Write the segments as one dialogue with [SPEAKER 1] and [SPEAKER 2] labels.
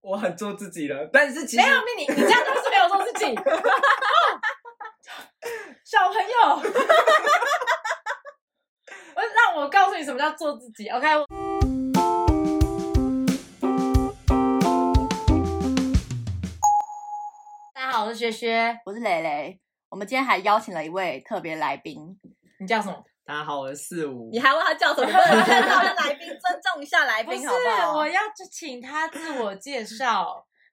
[SPEAKER 1] 我很做自己了，但是其实
[SPEAKER 2] 没有，你你这样就是没有做自己。 小朋友，我让我告诉你什么叫做自己。OK，大家好，我是学学，
[SPEAKER 3] 我是蕾蕾。我们今天还邀请了一位特别来宾，
[SPEAKER 2] 你叫什么？
[SPEAKER 1] 大家好，我是四五
[SPEAKER 3] 你，还问他叫 什么？不能尊重来宾，尊重一下来
[SPEAKER 2] 不是
[SPEAKER 3] 宾好，不好
[SPEAKER 2] 我？要就请他自我介绍，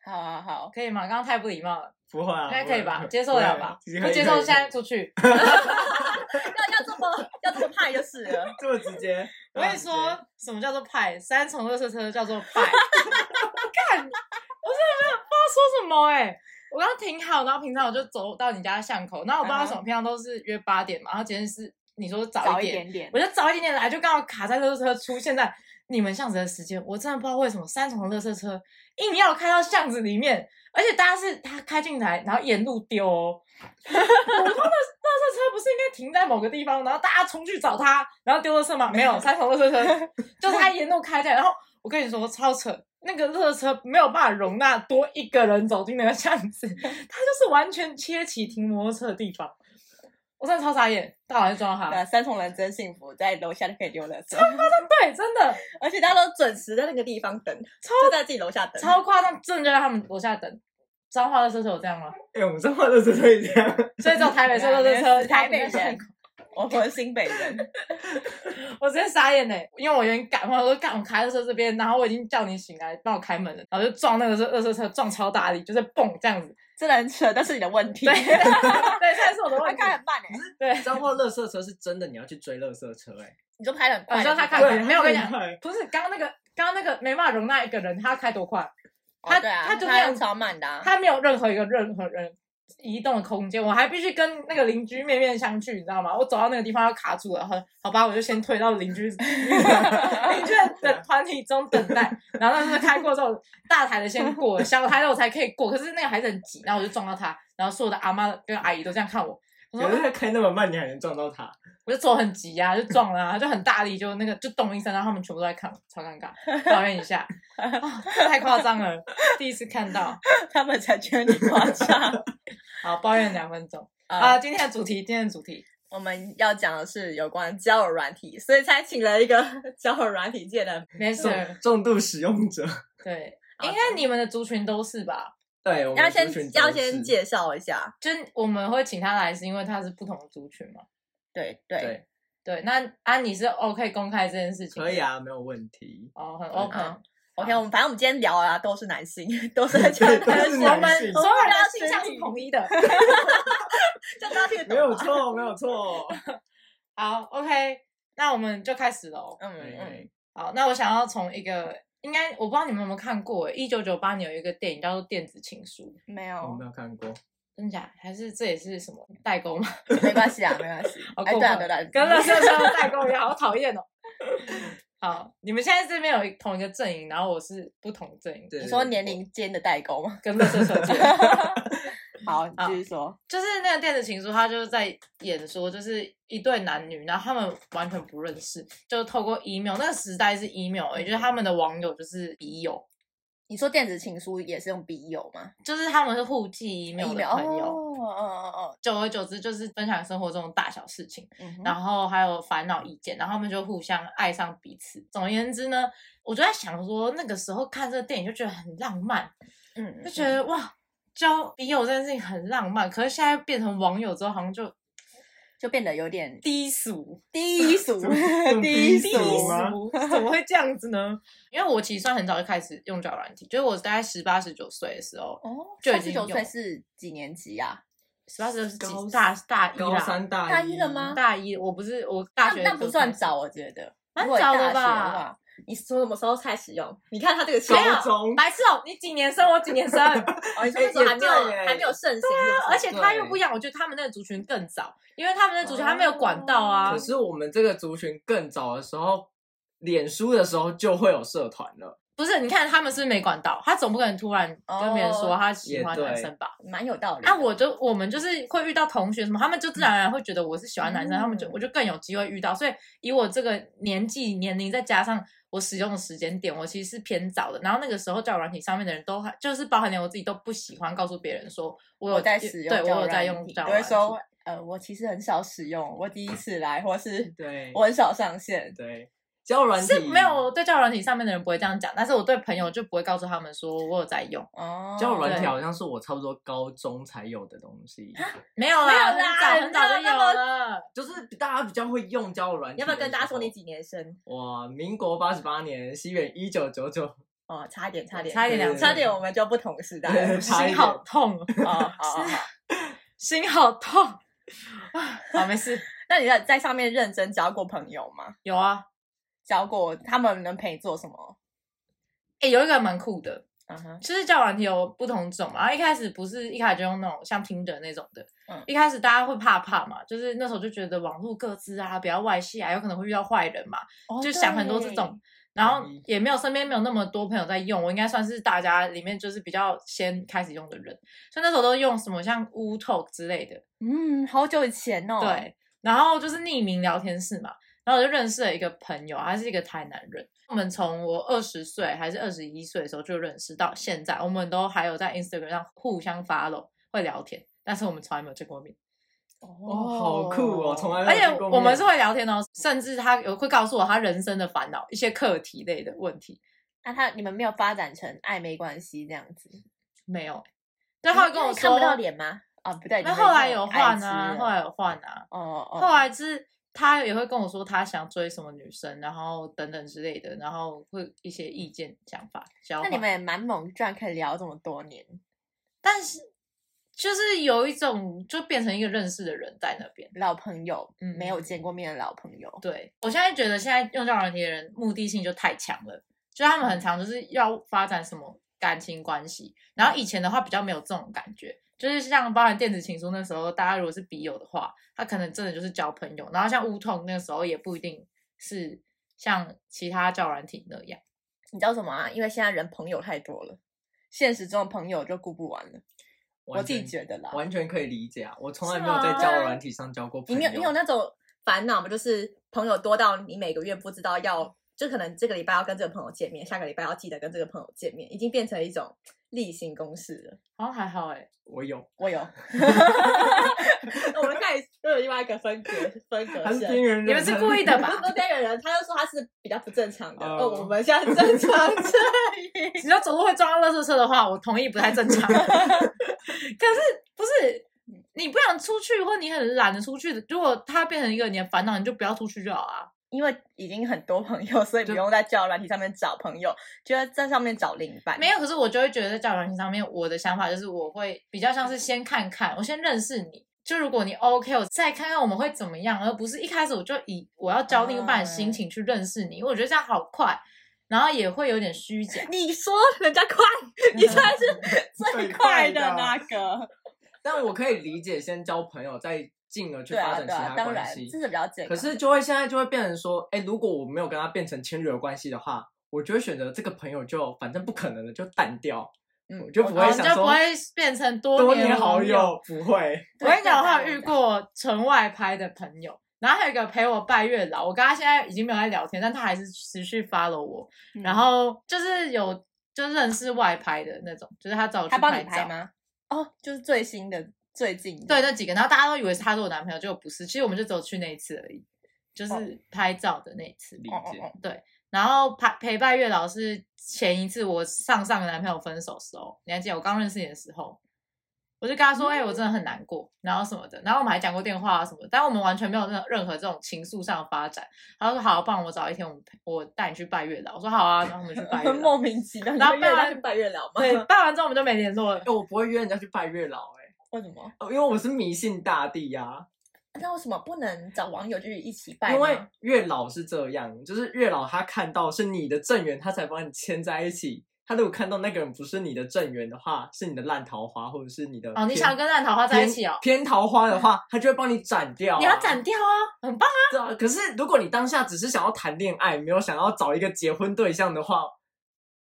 [SPEAKER 3] 好好好，
[SPEAKER 2] 可以吗？刚刚太不礼貌了，
[SPEAKER 1] 不会啊，
[SPEAKER 2] 应该可以吧？
[SPEAKER 1] 不会
[SPEAKER 2] 接受得了吧？
[SPEAKER 1] 不会
[SPEAKER 2] 不
[SPEAKER 1] 可以
[SPEAKER 2] 接
[SPEAKER 1] 可
[SPEAKER 2] 受，
[SPEAKER 1] 以
[SPEAKER 2] 现在出去。
[SPEAKER 3] 要要这么要这么派就是 了。
[SPEAKER 1] 这么直 接。
[SPEAKER 2] 我跟你说，什么叫做派？三重热车车叫做 派。干，我真的没有不知道说什么哎、我刚停好，然后平常我就走到你家巷口，然后我不知道为什么，平常都是约八点嘛，然后今天是你说嗯早
[SPEAKER 3] 早
[SPEAKER 2] 一
[SPEAKER 3] 一
[SPEAKER 2] 点，
[SPEAKER 3] 点点，
[SPEAKER 2] 我就早一点点来，就刚好卡在热车车出现在你们巷子的时间，我真的不知道为什么三重热车车硬要开到巷子里面，而且大家是他开进来，然后沿路丢、哦， 垃圾车不是应该停在某个地方，然后大家冲去找他，然后丢垃圾吗？没有，三重垃圾车就是他沿路开在，然后我跟你说超扯，那个垃圾车没有办法容纳多一个人走进那个巷子，他就是完全切起停摩托车的地方，我真的超傻眼，大晚上撞到他，
[SPEAKER 4] 那三重人真幸福，在楼下就可以溜了，
[SPEAKER 2] 对，真的
[SPEAKER 4] 而且大家都准时在那个地方等，
[SPEAKER 2] 超
[SPEAKER 4] 就在自己楼下等。
[SPEAKER 2] 超夸张，真的就在他们楼下等。彰化的车手有这样吗？
[SPEAKER 1] 哎，我们这话都是这样，
[SPEAKER 2] 所以只有台北车
[SPEAKER 4] 啊
[SPEAKER 2] 的车，
[SPEAKER 4] 台北人
[SPEAKER 2] 人，
[SPEAKER 4] 我我是新 北人，
[SPEAKER 2] 我直接傻眼嘞，因为我有点赶，我说赶我开二车这边，然后我已经叫你醒来，帮我开门了，然后就撞那个车二车车，撞超大力，就是蹦这样子。
[SPEAKER 3] 真的很扯，但是你的问题
[SPEAKER 2] 对，。对，这是我的
[SPEAKER 4] 他
[SPEAKER 2] 问题。
[SPEAKER 4] 开很慢
[SPEAKER 3] 欸
[SPEAKER 4] 哎，
[SPEAKER 2] 对，
[SPEAKER 1] 彰化垃圾车是真的，你要去追垃圾车，哎，
[SPEAKER 4] 你就拍得很
[SPEAKER 2] 我
[SPEAKER 4] 快。
[SPEAKER 2] 知道哦他看
[SPEAKER 1] 对，
[SPEAKER 2] 没有我跟你
[SPEAKER 1] 很
[SPEAKER 2] 讲，
[SPEAKER 1] 快
[SPEAKER 2] 不是刚刚那个，刚刚那个没办法容纳一个人，他开多快？
[SPEAKER 4] 哦
[SPEAKER 2] 他
[SPEAKER 4] 对啊
[SPEAKER 2] 他就那
[SPEAKER 4] 他
[SPEAKER 2] 样
[SPEAKER 4] 超慢的啊，
[SPEAKER 2] 他没有任何一个任何人移动的空间，我还必须跟那个邻居面面相觑，你知道吗？我走到那个地方要卡住了，好，好吧，我就先退到邻居 邻居的团体中等待，然后他就是开过之后，大台的先过，小台的我才可以过，可是那个还是很挤，然后我就撞到他，然后所有的阿妈跟阿姨都这样看我，我说
[SPEAKER 1] 可是他开那么慢，你还能撞到他？
[SPEAKER 2] 我就走很急呀、就撞了、啊，就很大力，就那个就咚一声，然后他们全部都在看我，超尴尬，抱怨一下，啊，这太夸张了，第一次看到，
[SPEAKER 4] 他们才觉得你夸张。
[SPEAKER 2] 好抱怨两分钟。 啊、
[SPEAKER 4] 啊，
[SPEAKER 2] 今天的主题，今天的主题，
[SPEAKER 4] 我们要讲的是有关交友软体，所以才请了一个 交友软体界的。
[SPEAKER 2] 没事
[SPEAKER 1] 重，重度使用者，
[SPEAKER 2] 对，
[SPEAKER 4] 好
[SPEAKER 2] 应该你们的族群都是吧？
[SPEAKER 1] 对，我们
[SPEAKER 4] 要
[SPEAKER 1] 的
[SPEAKER 4] 先
[SPEAKER 1] 族群都
[SPEAKER 4] 要
[SPEAKER 1] 是
[SPEAKER 4] 先介绍一下，
[SPEAKER 2] 就是我们会请他来，是因为他是不同的族群嘛？
[SPEAKER 4] 对对，
[SPEAKER 1] 对，
[SPEAKER 2] 对，那啊，你是 OK 公开这件事情？
[SPEAKER 1] 可以，啊，没有问题。
[SPEAKER 2] 哦，
[SPEAKER 1] 嗯
[SPEAKER 2] 很 OK。
[SPEAKER 4] 嗯 OK，我们反正我们今天聊的啊都是男性，都是在交友
[SPEAKER 1] 对，都
[SPEAKER 4] 软
[SPEAKER 1] 是
[SPEAKER 4] 体，
[SPEAKER 2] 我们
[SPEAKER 1] 男
[SPEAKER 2] 所有
[SPEAKER 1] 性
[SPEAKER 2] 人，
[SPEAKER 4] 我们
[SPEAKER 2] 的
[SPEAKER 4] 要
[SPEAKER 2] 倾向是
[SPEAKER 4] 先
[SPEAKER 2] 统一的。
[SPEAKER 4] 就大家听得
[SPEAKER 1] 没
[SPEAKER 4] 懂
[SPEAKER 1] 有
[SPEAKER 4] 吧。
[SPEAKER 1] 错，没有错。
[SPEAKER 2] 好，OK，那我们就开始喽。
[SPEAKER 4] 嗯
[SPEAKER 1] 哎
[SPEAKER 4] 嗯，
[SPEAKER 1] 哎
[SPEAKER 2] 好，那我想要从一个，应该我不知道你们有没有看过，欸一九九八年有一个电影叫做《电子情书》，
[SPEAKER 3] 没
[SPEAKER 1] 我
[SPEAKER 3] 有
[SPEAKER 1] 没，有看过，
[SPEAKER 2] 真假？还是这也是什么代沟吗？
[SPEAKER 4] 没关系啊，没关系。
[SPEAKER 2] 好
[SPEAKER 4] 哎，
[SPEAKER 2] 过
[SPEAKER 4] 对啊
[SPEAKER 2] 分，
[SPEAKER 4] 对啊，
[SPEAKER 2] 跟乐色车代购一 样，好讨厌哦。好，你们现在这边有一同一个阵营，然后我是不同阵营，
[SPEAKER 1] 对
[SPEAKER 4] 你说年龄间的代沟吗？
[SPEAKER 2] 跟乐色车 界
[SPEAKER 3] 好，你继续说。
[SPEAKER 2] 就是那个电子情书，他就是在演说，就是一对男女，然后他们完全不认识，就透过 email，那个时代是 email，也
[SPEAKER 4] 嗯
[SPEAKER 2] 就是他们的网友就是笔友，
[SPEAKER 4] 你说电子情书也是用笔友吗？
[SPEAKER 2] 就是他们是互寄 email 的朋友，
[SPEAKER 4] 哦哦哦，
[SPEAKER 2] 久而久之就是分享生活中的大小事情。
[SPEAKER 4] 嗯哼
[SPEAKER 2] 然后还有烦恼意见，然后他们就互相爱上彼此。总而言之呢，我就在想说，那个时候看这个电影就觉得很浪漫，
[SPEAKER 4] 嗯
[SPEAKER 2] 就觉得哇，交笔友这件事情很浪漫。可是现在变成网友之后，好像就
[SPEAKER 4] 就变得有点
[SPEAKER 2] 低俗，
[SPEAKER 4] 低俗，
[SPEAKER 1] 么低
[SPEAKER 4] 低
[SPEAKER 2] 低
[SPEAKER 4] 俗
[SPEAKER 1] 俗吗
[SPEAKER 2] 俗，怎么会这样子呢？因为我其实算很早就开始用交友软体，就是我大概十八十九岁的时候，
[SPEAKER 4] 哦。
[SPEAKER 2] 就已
[SPEAKER 4] 三十
[SPEAKER 2] 经
[SPEAKER 4] 九
[SPEAKER 2] 有
[SPEAKER 4] 岁是几年级啊？
[SPEAKER 2] 十八十九
[SPEAKER 1] 高
[SPEAKER 2] 是大大一
[SPEAKER 1] 高
[SPEAKER 2] 啦，
[SPEAKER 1] 三大
[SPEAKER 4] 大一了吗
[SPEAKER 2] 大一我不是我大学
[SPEAKER 4] 那那
[SPEAKER 2] 就
[SPEAKER 4] 不算
[SPEAKER 2] 开始
[SPEAKER 4] 早，我觉得。
[SPEAKER 2] 蛮
[SPEAKER 4] 如果
[SPEAKER 2] 早的
[SPEAKER 4] 大学
[SPEAKER 2] 吧
[SPEAKER 4] 的话。你说什么时候开始用？你看他这个情
[SPEAKER 1] 高
[SPEAKER 4] 况
[SPEAKER 2] 没有
[SPEAKER 1] 中
[SPEAKER 2] 白痴哦，你几年生我几年生，
[SPEAKER 4] 哦，你说那时候还没
[SPEAKER 1] 哎也对耶
[SPEAKER 4] 有还没有盛行，是不是
[SPEAKER 2] 啊而且他又
[SPEAKER 1] 对
[SPEAKER 2] 不一样，我觉得他们那个族群更早，因为他们那个族群他没有管道啊
[SPEAKER 4] 哦
[SPEAKER 1] 可。是我们这个族群更早的时候，脸书的时候就会有社团了。
[SPEAKER 2] 不是，你看他们是不是没管道，他总不可能突然跟别人说
[SPEAKER 4] 哦
[SPEAKER 2] 他喜欢男生吧？
[SPEAKER 4] 蛮有道理的。
[SPEAKER 2] 那、啊我就我们就是会遇到同学什么，他们就自然而然会觉得我是喜欢男生，
[SPEAKER 4] 嗯
[SPEAKER 2] 他们就我就更有机会遇到。所以以我这个年纪年龄，再加上我使用的时间点，我其实是偏早的。然后那个时候交友软体上面的人都还就是包含连我自己都不喜欢告诉别人说我有
[SPEAKER 4] 我在使用
[SPEAKER 2] 对
[SPEAKER 4] 交友
[SPEAKER 2] 我有在
[SPEAKER 4] 软
[SPEAKER 2] 用
[SPEAKER 4] 体
[SPEAKER 2] 交友
[SPEAKER 4] 都会
[SPEAKER 2] 软体。
[SPEAKER 4] 说呃，我其实很少使用，我第一次来，或是
[SPEAKER 1] 对
[SPEAKER 4] 我很少上线。
[SPEAKER 1] 哦对，交友软体
[SPEAKER 2] 是没有我对交友软体上面的人不会这样讲，但是我对朋友就不会告诉他们说我有在用，
[SPEAKER 4] 哦，
[SPEAKER 1] 交友软体
[SPEAKER 2] 对
[SPEAKER 1] 好像是我差不多高中才有的东西，
[SPEAKER 2] 没有
[SPEAKER 4] 没有
[SPEAKER 2] 啦，
[SPEAKER 4] 啦
[SPEAKER 2] 很早很早就
[SPEAKER 4] 你没有
[SPEAKER 2] 有
[SPEAKER 4] 那么
[SPEAKER 2] 了。
[SPEAKER 1] 就是大家比较会用交友软体。
[SPEAKER 4] 你要不要跟大家说你？几年生？
[SPEAKER 1] 哇，民国八十八年，西元一九九九，
[SPEAKER 4] 哦，差一点，差一点，
[SPEAKER 2] 差一点
[SPEAKER 1] 两
[SPEAKER 4] 差点，我们就不同时代了。
[SPEAKER 1] 差一
[SPEAKER 2] 心
[SPEAKER 1] 点
[SPEAKER 2] 好 痛哦，
[SPEAKER 4] 哦，好好 好。
[SPEAKER 2] 心好痛啊！ 好，没事，
[SPEAKER 4] 那你在在上面认真交过朋友吗？
[SPEAKER 2] 有啊，
[SPEAKER 4] 交过，他们能陪你做什么？
[SPEAKER 2] 哎、有一个蛮酷的，
[SPEAKER 4] 嗯哼，
[SPEAKER 2] 就是交友软体有不同种嘛。然后一开始不是一开始就用那种像听的那种的，
[SPEAKER 4] 嗯
[SPEAKER 2] 一开始大家会怕怕嘛，就是那时候就觉得网络各自啊，不要外泄啊，有可能会遇到坏人嘛，就想很多这
[SPEAKER 4] 哦
[SPEAKER 2] 种。然后
[SPEAKER 1] 哦嗯
[SPEAKER 2] 也没有身边没有那么多朋友在用，我应该算是大家里面就是比较先开始用的人，所以那时候都用什么像 Wu Talk 之类的，
[SPEAKER 4] 对。嗯，好久以前哦。，
[SPEAKER 2] 对，然后就是匿名聊天室嘛，然后我就认识了一个朋友，他是一个台南人。我们从我二十岁还是二十一岁的时候就认识到现在，我们都还有在 Instagram 上互相 follow 会聊天，但是我们从来没有见过面。
[SPEAKER 1] 哦，好酷哦，从来
[SPEAKER 2] 而
[SPEAKER 1] 没有
[SPEAKER 2] 且
[SPEAKER 1] 见过
[SPEAKER 2] 我们
[SPEAKER 1] 面
[SPEAKER 2] 是会聊天哦，甚至他有会告诉我他人生的烦恼、一些课题类的问题。
[SPEAKER 4] 那他你们没有发展成暧昧关系这样子？
[SPEAKER 2] 没有，欸但他会跟我说
[SPEAKER 4] 哦看不到。脸吗？啊，不对，
[SPEAKER 2] 那
[SPEAKER 4] 你们
[SPEAKER 2] 后来
[SPEAKER 4] 已经
[SPEAKER 2] 有
[SPEAKER 4] 爱
[SPEAKER 2] 换
[SPEAKER 4] 吃
[SPEAKER 2] 啊，
[SPEAKER 4] 了
[SPEAKER 2] 后来有换啊，
[SPEAKER 4] 哦哦，
[SPEAKER 2] 后来是他也会跟我说他想追什么女生，然后等等之类的，然后会一些意见想法交
[SPEAKER 4] 那
[SPEAKER 2] 换。
[SPEAKER 4] 你们也蛮猛，居然可以聊这么多年。
[SPEAKER 2] 但是就是有一种就变成一个认识的人在那边。
[SPEAKER 4] 老朋友，
[SPEAKER 2] 嗯
[SPEAKER 4] 没有见过面的老朋友，
[SPEAKER 2] 对我现在觉得现在用交友软体的人目的性就太强了，就他们很常就是要发展什么感情关系，然后以前的话比较没有这种感觉。就是像包含电子情书那时候，大家如果是笔友的话，他可能真的就是交朋友。然后像乌痛那时候也不一定是像其他交友软体那样。
[SPEAKER 4] 你知道什么啊？因为现在人朋友太多了，现实中的朋友就顾不完了。我
[SPEAKER 1] 完
[SPEAKER 4] 自己
[SPEAKER 1] 全
[SPEAKER 4] 觉得啦，
[SPEAKER 1] 完全可以理解啊，我从来
[SPEAKER 2] 是
[SPEAKER 1] 没有在
[SPEAKER 2] 吗
[SPEAKER 1] 交友软体上交过朋
[SPEAKER 4] 你
[SPEAKER 1] 友。
[SPEAKER 4] 没有你有那种烦恼吗？就是朋友多到你每个月不知道要，就可能这个礼拜要跟这个朋友见面，下个礼拜要记得跟这个朋友见面，已经变成一种例行公事了。
[SPEAKER 2] 好像还好哎、
[SPEAKER 1] 我有，
[SPEAKER 4] 我 有，我们开始都有另外一个分隔分隔
[SPEAKER 1] 他是
[SPEAKER 4] 线
[SPEAKER 1] 边。缘人，
[SPEAKER 2] 你们是故意的吧？
[SPEAKER 4] 那边的人，他就说他是比较不正常的。
[SPEAKER 1] 哦
[SPEAKER 4] 哦，我们现在正 常这 里。
[SPEAKER 2] 只要走路会撞到垃圾车的话，我同意不太正常。可 是不是你不想出去，或你很懒得出去的，如果它变成一个你的烦恼，你就不要出去就好啊。
[SPEAKER 4] 因为已经很多朋友，所以不用在交友软体上面找朋友，觉得在上面找另一半。
[SPEAKER 2] 没有，可是我就会觉得在交友软件上面，我的想法就是我会比较像是先看看，我先认识你。就如果你 OK，我再看看我们会怎么样，而不是一开始我就以我要交另一半的
[SPEAKER 1] 哦
[SPEAKER 2] 心情去认识你，因为我觉得这样好快，然后也会有点虚假。
[SPEAKER 4] 你说人家快，你才是嗯 最快的那个。
[SPEAKER 1] 但我可以理解先交朋友，再进而去
[SPEAKER 4] 对
[SPEAKER 1] 发
[SPEAKER 4] 啊，
[SPEAKER 1] 展
[SPEAKER 4] 对
[SPEAKER 1] 其
[SPEAKER 4] 啊
[SPEAKER 1] 他，
[SPEAKER 4] 当
[SPEAKER 1] 关
[SPEAKER 4] 然，
[SPEAKER 1] 系。
[SPEAKER 4] 这是比较健
[SPEAKER 1] 可
[SPEAKER 4] 康。
[SPEAKER 1] 是就会现在就会变成说，哎，如果我没有跟他变成亲侣的关系的话，我就会选择这个朋友就反正不可能的就淡掉，
[SPEAKER 4] 嗯
[SPEAKER 1] 我就不
[SPEAKER 2] 然
[SPEAKER 1] 会
[SPEAKER 2] 后
[SPEAKER 1] 想
[SPEAKER 2] 哦就
[SPEAKER 1] 说
[SPEAKER 2] 不会变成多
[SPEAKER 1] 多
[SPEAKER 2] 年
[SPEAKER 1] 好
[SPEAKER 2] 盟友。
[SPEAKER 1] 友不会。
[SPEAKER 4] 哦
[SPEAKER 2] 我跟你讲，我还有遇过纯外拍的朋友，然后还有一个陪我拜月老，我跟他现在已经没有在聊天，但他还是持续 follow 我，
[SPEAKER 4] 嗯
[SPEAKER 2] 然后就是有就认识外拍的那种，就是他找我去
[SPEAKER 4] 他帮你
[SPEAKER 2] 拍
[SPEAKER 4] 拍
[SPEAKER 2] 照？
[SPEAKER 4] 吗？哦，就是最新的、最近的。
[SPEAKER 2] 对，那几个，然后大家都以为是他是我男朋友，结果不是，其实我们就只有去那一次而已，就是拍照的那一次。
[SPEAKER 1] 理
[SPEAKER 4] 哦哦
[SPEAKER 1] 解
[SPEAKER 4] 哦，
[SPEAKER 2] 然后陪陪拜月老是前一次我上上个男朋友分手的时候，你还记得我刚认识你的时候，我就跟他
[SPEAKER 4] 嗯
[SPEAKER 2] 说：“哎、我真的很难过，然后什么的。”然后我们还讲过电话啊什么的，但我们完全没有任任何这种情愫上的发展。他说：“好，不然我找一天我们陪我带你去拜月老。”我说：“好啊。”然后我们去拜月老。
[SPEAKER 4] 莫名其妙。
[SPEAKER 2] 然后
[SPEAKER 4] 你们
[SPEAKER 2] 拜
[SPEAKER 4] 月
[SPEAKER 2] 完
[SPEAKER 4] 亮去拜月老吗？
[SPEAKER 2] 对，拜完之后我们就没联络了
[SPEAKER 1] 哎、。我不会约人家去拜月老、哎
[SPEAKER 4] 为什么？
[SPEAKER 1] 哦，因为我是迷信大地呀、
[SPEAKER 4] 那为什么不能找网友就是一起拜吗？
[SPEAKER 1] 因为月老是这样，就是月老他看到是你的正缘，他才把你牵在一起。他如果看到那个人不是你的正缘的话，是你的烂桃花或者是你的
[SPEAKER 2] 哦，你
[SPEAKER 1] 偏
[SPEAKER 2] 想跟烂桃花在一起哦？
[SPEAKER 1] 偏偏桃花的话，他就会帮你斩掉、
[SPEAKER 2] 你要斩。掉啊，很棒啊！
[SPEAKER 1] 对啊，可是如果你当下只是想要谈恋爱，没有想要找一个结婚对象的话，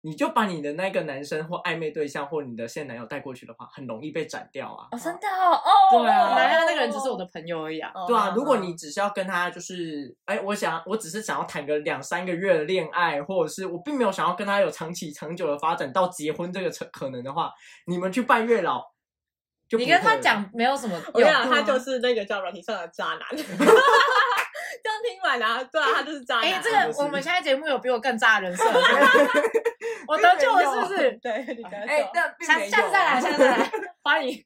[SPEAKER 1] 你就把你的那个男生或暧昧对象或你的现男友带过去的话，很容易被斩掉啊。
[SPEAKER 3] 哦，真的哦，哦，
[SPEAKER 1] 对啊
[SPEAKER 2] 本来那个人只是我的朋友而已啊。
[SPEAKER 4] 哦
[SPEAKER 1] 对啊，
[SPEAKER 4] 嗯
[SPEAKER 1] 如果
[SPEAKER 4] 嗯
[SPEAKER 1] 你只是要跟他就是，哎，我想我只是想要谈个两三个月的恋爱，或者是我并没有想要跟他有长期长久的发展到结婚这个成可能的话，你们去拜月老，就不
[SPEAKER 2] 你跟
[SPEAKER 1] 会
[SPEAKER 2] 他
[SPEAKER 1] 了，
[SPEAKER 2] 讲没有什么用，
[SPEAKER 4] 我跟你讲，
[SPEAKER 2] 对
[SPEAKER 4] 他
[SPEAKER 2] 啊
[SPEAKER 4] 就是那个叫软体上的渣男。这样听完啊，对啊，他就是渣男。
[SPEAKER 2] 哎，这
[SPEAKER 1] 就
[SPEAKER 2] 个
[SPEAKER 1] 是
[SPEAKER 2] 我们现在节目有比我更渣 的人设，我得救了是不是？
[SPEAKER 4] 对，你得
[SPEAKER 1] 哎
[SPEAKER 4] 手，
[SPEAKER 1] 那并
[SPEAKER 2] 下
[SPEAKER 1] 没有啊
[SPEAKER 2] 下次再来，下次 再来，欢迎。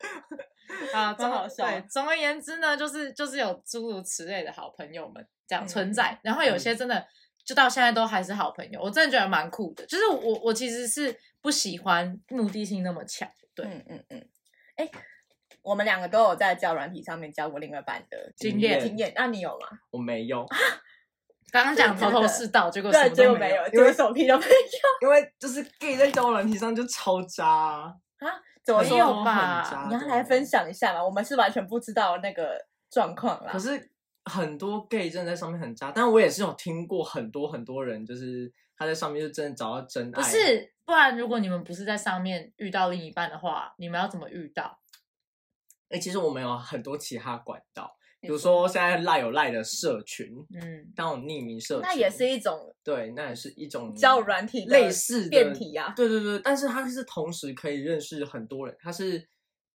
[SPEAKER 2] 啊，
[SPEAKER 4] 蛮
[SPEAKER 2] 总
[SPEAKER 4] 好笑
[SPEAKER 2] 对总而言之呢，就是就是有诸如此类的好朋友们这样
[SPEAKER 4] 嗯
[SPEAKER 2] 存在，然后有些真的就到现在都还是好朋友，我真的觉得蛮酷的。就是我我其实是不喜欢目的性那么强，对
[SPEAKER 4] 嗯嗯嗯，哎、我们两个都有在交友软体上面交过另外版的
[SPEAKER 2] 经
[SPEAKER 1] 验
[SPEAKER 4] 经验，那你有吗？
[SPEAKER 1] 我没有，
[SPEAKER 2] 刚刚讲
[SPEAKER 4] 真
[SPEAKER 2] 头
[SPEAKER 4] 的
[SPEAKER 2] 头是道，结果什
[SPEAKER 4] 对，
[SPEAKER 2] 么
[SPEAKER 4] 结
[SPEAKER 2] 都
[SPEAKER 4] 果
[SPEAKER 2] 没
[SPEAKER 4] 没
[SPEAKER 2] 有。
[SPEAKER 4] 有，结果什么屁都没有
[SPEAKER 1] 因为就是 gay 在交友软体上就超渣啊，
[SPEAKER 4] 啊？怎么
[SPEAKER 2] 没
[SPEAKER 4] 说？
[SPEAKER 2] 有
[SPEAKER 1] 很
[SPEAKER 2] 吧
[SPEAKER 1] 渣
[SPEAKER 4] 你要
[SPEAKER 1] 的
[SPEAKER 4] 来分享一下吧，我们是完全不知道那个状况啦
[SPEAKER 1] 可。是很多 gay 真的在上面很渣，但我也是有听过很多很多人，就是他在上面就真的找到真爱。
[SPEAKER 2] 不，是，不然如果你们不是在上面遇到另一半的话，你们要怎么遇到？
[SPEAKER 1] 哎、其实我们有很多其他管道，比如说现在赖有赖的社群，
[SPEAKER 2] 嗯，
[SPEAKER 1] 那种匿名社群，
[SPEAKER 4] 那也是一种
[SPEAKER 1] 对，那也是一种
[SPEAKER 4] 交友软体
[SPEAKER 1] 嗯
[SPEAKER 4] 的
[SPEAKER 1] 类似的
[SPEAKER 4] 变体啊呀、
[SPEAKER 1] 对对对，但是它是同时可以认识很多人，它是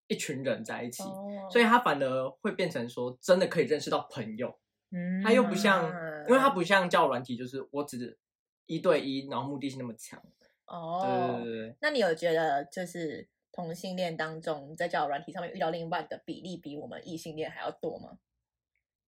[SPEAKER 1] 一群人在一起。
[SPEAKER 4] 哦
[SPEAKER 1] 所以它反而会变成说，真的可以认识到朋友，
[SPEAKER 2] 嗯
[SPEAKER 1] 它又不像，
[SPEAKER 4] 嗯
[SPEAKER 1] 因为它不像交友软体，就是我只一对一，然后目的性那么强。对对
[SPEAKER 4] 哦
[SPEAKER 1] 对，对对，
[SPEAKER 4] 那你有觉得就是同性恋当中，在交友软体上面遇到另一半的比例比我们异性恋还要多吗？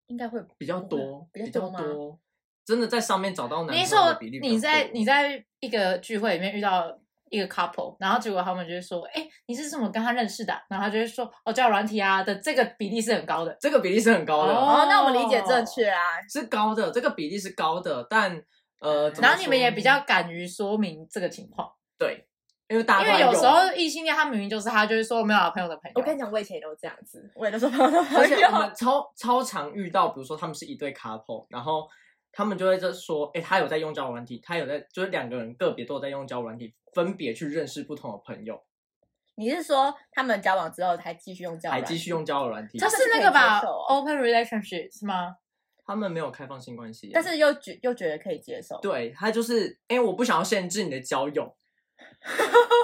[SPEAKER 4] 应该会
[SPEAKER 1] 比较
[SPEAKER 2] 嗯
[SPEAKER 4] 不会
[SPEAKER 1] 多，
[SPEAKER 4] 比较
[SPEAKER 1] 较
[SPEAKER 4] 吗？
[SPEAKER 1] 多，真的在上面找到男朋
[SPEAKER 2] 你
[SPEAKER 1] 友
[SPEAKER 2] 说
[SPEAKER 1] 的比例比较
[SPEAKER 2] 你在
[SPEAKER 1] 多
[SPEAKER 2] 你在一个聚会里面遇到一个 couple，然后结果他们就会说：“哎、你是怎么跟他认识的啊、然后他就会说：“哦，交友软体啊的这个比例是很高的。
[SPEAKER 1] 这个比例是很高的，
[SPEAKER 4] 哦，那我们理解正确啊。
[SPEAKER 1] 是高的，这个比例是高的，但呃，”怎么
[SPEAKER 2] 然后你们也
[SPEAKER 1] 说
[SPEAKER 2] 比较敢于说明这个情况，
[SPEAKER 1] 对，因为大
[SPEAKER 2] 因
[SPEAKER 1] 家
[SPEAKER 2] 为
[SPEAKER 1] 都
[SPEAKER 2] 有时
[SPEAKER 1] 用
[SPEAKER 2] 候异性恋他明明就是他就会说我没有好朋友的朋友，
[SPEAKER 4] 我跟你讲，我以前也都这样子，我也都是朋友的朋
[SPEAKER 1] 而且我
[SPEAKER 2] 哎
[SPEAKER 4] 友。
[SPEAKER 1] 们超超常遇到，比如说他们是一对 couple，然后他们就会就说，哎、他有在用交友软体，他有在，就是两个人个别都有在用交友软体，分别去认识不同的朋友，
[SPEAKER 4] 你是说他们交往之后才继续用交友
[SPEAKER 1] 还
[SPEAKER 4] 软体？
[SPEAKER 1] 继续用交友软体
[SPEAKER 2] 这，
[SPEAKER 4] 是
[SPEAKER 2] 是
[SPEAKER 4] 可以
[SPEAKER 2] 那个吧
[SPEAKER 4] 接受哦
[SPEAKER 2] ，open relationship 是吗？
[SPEAKER 1] 他们没有开放性关系，
[SPEAKER 4] 但是又觉又觉得可以接受。
[SPEAKER 1] 对他就是，哎、我不想要限制你的交 友。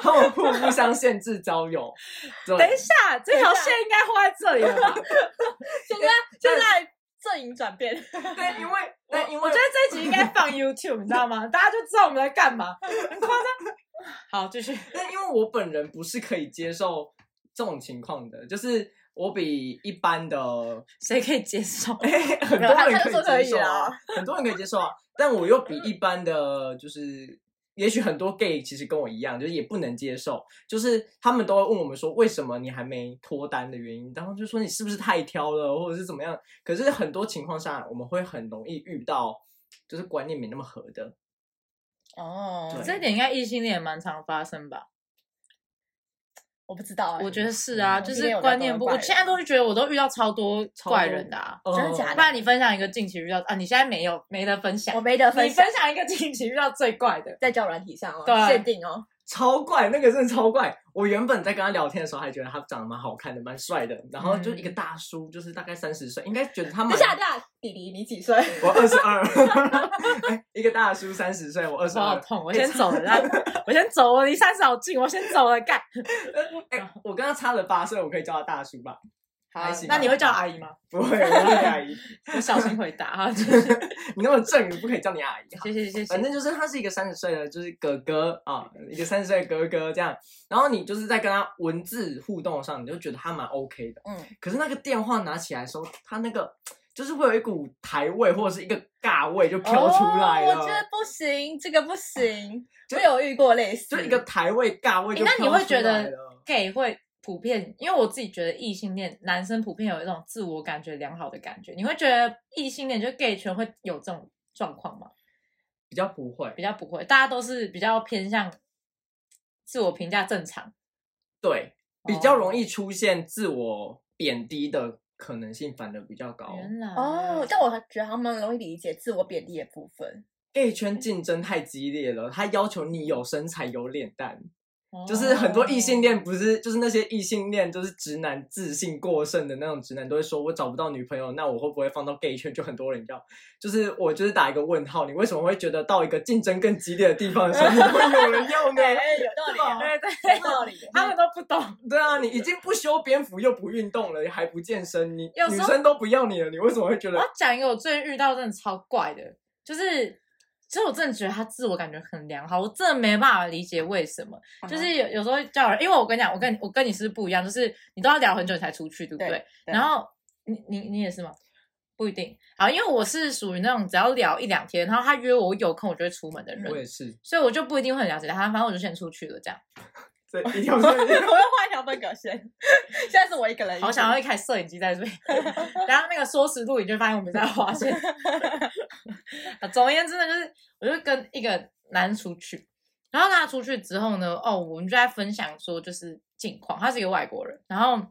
[SPEAKER 1] 他们互互相限制交友，对，
[SPEAKER 2] 等一下，啊这条
[SPEAKER 4] 等一下
[SPEAKER 2] 线应该画在这里了吧？
[SPEAKER 4] 现在现在阵营转变，
[SPEAKER 1] 对，因为
[SPEAKER 2] 我
[SPEAKER 1] 对，因为
[SPEAKER 2] 我觉得这一集应该放 YouTube，你知道吗？大家就知道我们在干嘛，很夸张。好，继续。
[SPEAKER 1] 但因为我本人不是可以接受这种情况的，就是我比一般的哎
[SPEAKER 2] 谁可以接 受？
[SPEAKER 1] 很多
[SPEAKER 4] 他
[SPEAKER 1] 人
[SPEAKER 4] 他就说
[SPEAKER 1] 可
[SPEAKER 4] 可
[SPEAKER 1] 以
[SPEAKER 4] 以
[SPEAKER 1] 接受啊
[SPEAKER 4] 啦，
[SPEAKER 1] 很多人可以接受啊，但我又比一
[SPEAKER 2] 嗯
[SPEAKER 1] 般的就是。也许很多 gay 其实跟我一样，就是也不能接受，就是他们都会问我们说为什么你还没脱单的原因，然后就说你是不是太挑了，或者是怎么样。可是很多情况下，我们会很容易遇到就是观念没那么合的，
[SPEAKER 4] 哦
[SPEAKER 1] 对
[SPEAKER 2] 这一点应该异性恋也蛮常发生吧？
[SPEAKER 4] 我不知道欸，
[SPEAKER 2] 我觉得是啊，
[SPEAKER 4] 嗯
[SPEAKER 2] 就
[SPEAKER 4] 异性恋
[SPEAKER 2] 是
[SPEAKER 4] 有
[SPEAKER 2] 观念不，我
[SPEAKER 4] 比较多的怪人
[SPEAKER 2] 现在都是觉得我都遇到超多怪人的啊。
[SPEAKER 4] 真的假
[SPEAKER 1] 呃
[SPEAKER 2] 不然你分享一个近期遇到啊，你现在没有没得分享
[SPEAKER 4] 我，没得分
[SPEAKER 2] 你
[SPEAKER 4] 享
[SPEAKER 2] 分享一个近期遇到最怪的，
[SPEAKER 4] 在交友软体上哦，
[SPEAKER 2] 对
[SPEAKER 4] 限定哦，
[SPEAKER 1] 超怪，那个真的超怪。我原本在跟他聊天的时候，还觉得他长得蛮好看的，蛮帅的。然后就一个大叔，就是大概三十岁，应该觉得他
[SPEAKER 4] 等
[SPEAKER 1] 蛮
[SPEAKER 4] 一……下等一下，弟弟你几岁？
[SPEAKER 1] 我二十二，哎一个大叔三十岁，我二十
[SPEAKER 2] 我好
[SPEAKER 1] 二。
[SPEAKER 2] 痛，我先走了，来 我先走，我离三十好近，我先走了，干。
[SPEAKER 1] 哎，我跟他差了八岁，我可以叫他大叔吧？还行
[SPEAKER 2] 那你会叫阿姨吗？
[SPEAKER 1] 不会，我不是阿姨。
[SPEAKER 2] 我小心回答 啊，就是
[SPEAKER 1] 你那么正，不可以叫你阿姨。
[SPEAKER 2] 谢谢谢
[SPEAKER 1] 反
[SPEAKER 2] 谢。
[SPEAKER 1] 正就是他是一个三十岁的，就是哥哥啊，一个三十岁的哥哥这样。然后你就是在跟他文字互动上，你就觉得他蛮 OK 的。
[SPEAKER 4] 嗯，
[SPEAKER 1] 可是那个电话拿起来的时候，他那个就是会有一股台味或者是一个尬味就飘出来了，
[SPEAKER 4] 哦我觉得不行，这个不行，
[SPEAKER 1] 就
[SPEAKER 4] 我有遇过类似，
[SPEAKER 1] 就一个台味尬味就飘
[SPEAKER 2] 诶那
[SPEAKER 1] 出来
[SPEAKER 2] 你
[SPEAKER 1] 了。
[SPEAKER 2] 会觉得 gay 会普遍，因为我自己觉得异性恋男生普遍有一种自我感觉良好的感觉，你会觉得异性恋就是 gay 圈会有这种状况吗？
[SPEAKER 1] 比较不会？
[SPEAKER 2] 比较不会，大家都是比较偏向自我评价正常，
[SPEAKER 1] 对，比较容
[SPEAKER 2] 易。
[SPEAKER 1] 易出现自我贬低的可能性，反而比较高。
[SPEAKER 2] 原来
[SPEAKER 1] 哦
[SPEAKER 4] 哦，但我觉得他们容易理解自我贬低的部分，
[SPEAKER 1] gay 圈竞争太激烈了，他要求你有身材有脸蛋，
[SPEAKER 2] 哦
[SPEAKER 1] 就是很多异性恋不是，就是那些异性恋，就是直男自信过剩的那种直男，都会说我找不到女朋友，那我会不会放到 gay 圈？就很多人要，就是我就是打一个问号，你为什么会觉得到一个竞争更激烈的地方的时候，你会有人要 呢？
[SPEAKER 4] 哎，有道理啊，
[SPEAKER 2] 对 对对，
[SPEAKER 4] 有道理。哦
[SPEAKER 2] 他们都不懂。
[SPEAKER 1] 对啊，你已经不修边幅又不运动了，还不健身，你
[SPEAKER 2] 有
[SPEAKER 1] 女
[SPEAKER 2] 时候啊
[SPEAKER 1] 生都不要你了，你为什么会觉
[SPEAKER 2] 我
[SPEAKER 1] 得
[SPEAKER 2] 要讲一个我最近遇到真的超怪的，就是其实我真的觉得他自我感觉很良好，我真的没办法理解为什么。
[SPEAKER 1] 嗯
[SPEAKER 2] 就是有有时候叫人，因为我跟你讲，我跟你我跟你是不一样，就是你都要聊很久你才出去，对不对？
[SPEAKER 4] 对对
[SPEAKER 2] 然后你你你也是吗？不一定，好，因为我是属于那种只要聊一两天，然后他约我有空，我就会出门的人，
[SPEAKER 1] 我也是
[SPEAKER 2] 所以我就不一定会很了解他，反正我就先出去了，这样。
[SPEAKER 1] 这一条
[SPEAKER 4] 我
[SPEAKER 1] 线？
[SPEAKER 4] 要画一条分隔线， 现在是我一个人，
[SPEAKER 2] 好想要一台摄影机在这边，然后那个缩时录影就发现我们在划线。啊总而言之呢，就是我就跟一个男出去，然后跟他出去之后呢，哦，我们就在分享说就是近况，他是一个外国人，然后